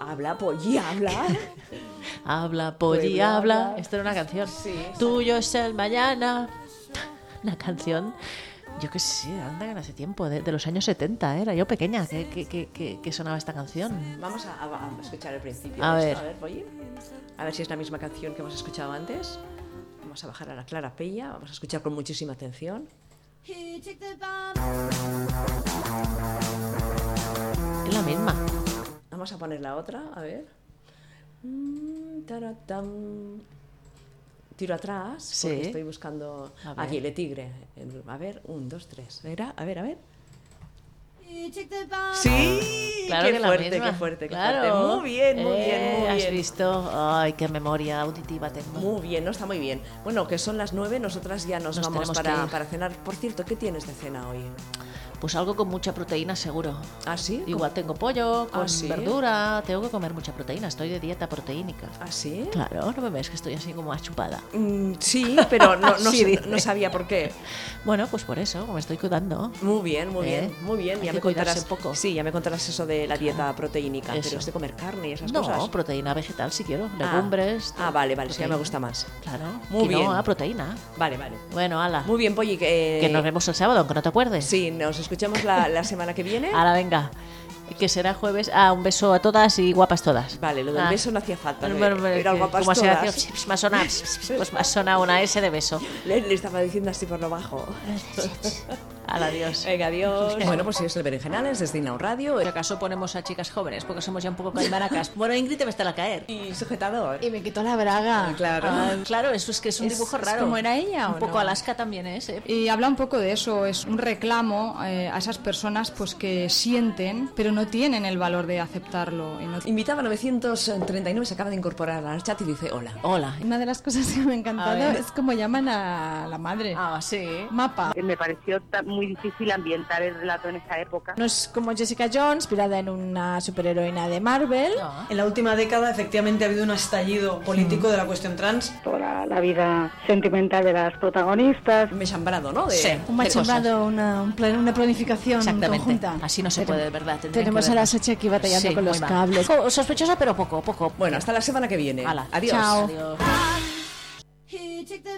Habla, polli, habla. Habla, polli, Puebla, habla. habla. Esto era una canción. Sí, sí. Tuyo es el mañana. Una canción. Yo qué sé, anda que no hace tiempo, de, de los años 70, era yo pequeña, que, que- que- que- que sonaba esta canción. Vamos a, a- a escuchar el principio. A de ver. esto. a ver, polli. A ver si es la misma canción que hemos escuchado antes. Vamos a bajar a la Clara Pella, vamos a escuchar con muchísima atención. Es la misma. Vamos a poner la otra, a ver. Mm, taratam. Tiro atrás, porque Sí. estoy buscando A ver. aquí, Le Tigre. El- A ver, un, dos, tres. Era, a ver, a ver. Sí, Claro qué que la fuerte, misma. qué fuerte, qué Claro. fuerte. Muy bien, muy Eh, bien, muy ¿Has bien. visto? Ay, qué memoria auditiva tengo. Muy bien, no está muy bien. Bueno, que son las nueve, nosotras ya nos, Nos vamos tenemos que para, ir. para cenar. Por cierto, ¿qué tienes de cena hoy? Pues algo con mucha proteína seguro. ¿Ah, sí? Igual tengo pollo, con ¿Ah, sí? verdura, tengo que comer mucha proteína, estoy de dieta proteínica. ¿Ah, sí? Claro, no me ves que estoy así como achupada. Mm, sí, pero no, no Sí, sé- dice. no sabía por qué. Bueno, pues por eso, me estoy cuidando. Muy bien, muy ¿Eh? bien, muy bien. Hay Ya que me contarás cuidarse un poco. Sí, ya me contarás eso de la dieta proteínica, Eso. pero es de comer carne y esas No, cosas. proteína vegetal si quiero, Ah. legumbres. pues Ah, vale, vale, sí, ya me proteína. gusta más. Claro, Muy quinoa, bien. proteína. Vale, vale. Bueno, ala. Muy bien, Polly, que, eh, Que nos vemos el sábado, aunque no te acuerdes. Sí, nos escuchamos la, la semana que viene. Ahora venga, que será jueves. Ah, un beso a todas y guapas todas. Vale, lo del Ah. beso no hacía falta. Bueno, bueno, era que- guapas como se todas. hace, pues, me ha sonado, pues me ha sonado una S de beso. Le, le estaba diciendo así por lo bajo. Al adiós. Venga, adiós. Bueno, pues es el Berenjenales desde Inau Radio. Si acaso ponemos a chicas jóvenes, porque somos ya un poco calmaracas. Bueno, Ingrid te va a estar a caer. Y sujetador. Ah, Y me quitó la braga. claro. Ah. claro, eso es que es un Es- dibujo es raro. como era ella, ¿o Un poco no? Alaska también es, ¿eh? Y habla un poco de eso, es un reclamo eh, a esas personas pues que sienten, pero no tienen el valor de aceptarlo. y no- Invitaba 939, se acaba de incorporar al chat y dice hola. Hola. Una de las cosas que me ha A encantado ver. es como llaman a la madre. Ah, sí. Mapa. Me pareció ta- muy difícil ambientar el relato en esa época. No es como Jessica Jones, inspirada en una superheroína de Marvel. En la última década, efectivamente, ha habido un estallido político de la cuestión trans. Toda la vida sentimental de las protagonistas. Me chambrado, ¿no? De- un machembrado, una, un plan- una planificación Exactamente. conjunta. Así no se puede, de verdad. tendrían tenemos que a la vernos. Sachi aquí batallando con muy los mal. cables. Co- Sospechosa, pero poco, poco. Bueno, hasta la semana que viene. Hala. Adiós. Chao. Adiós. He took the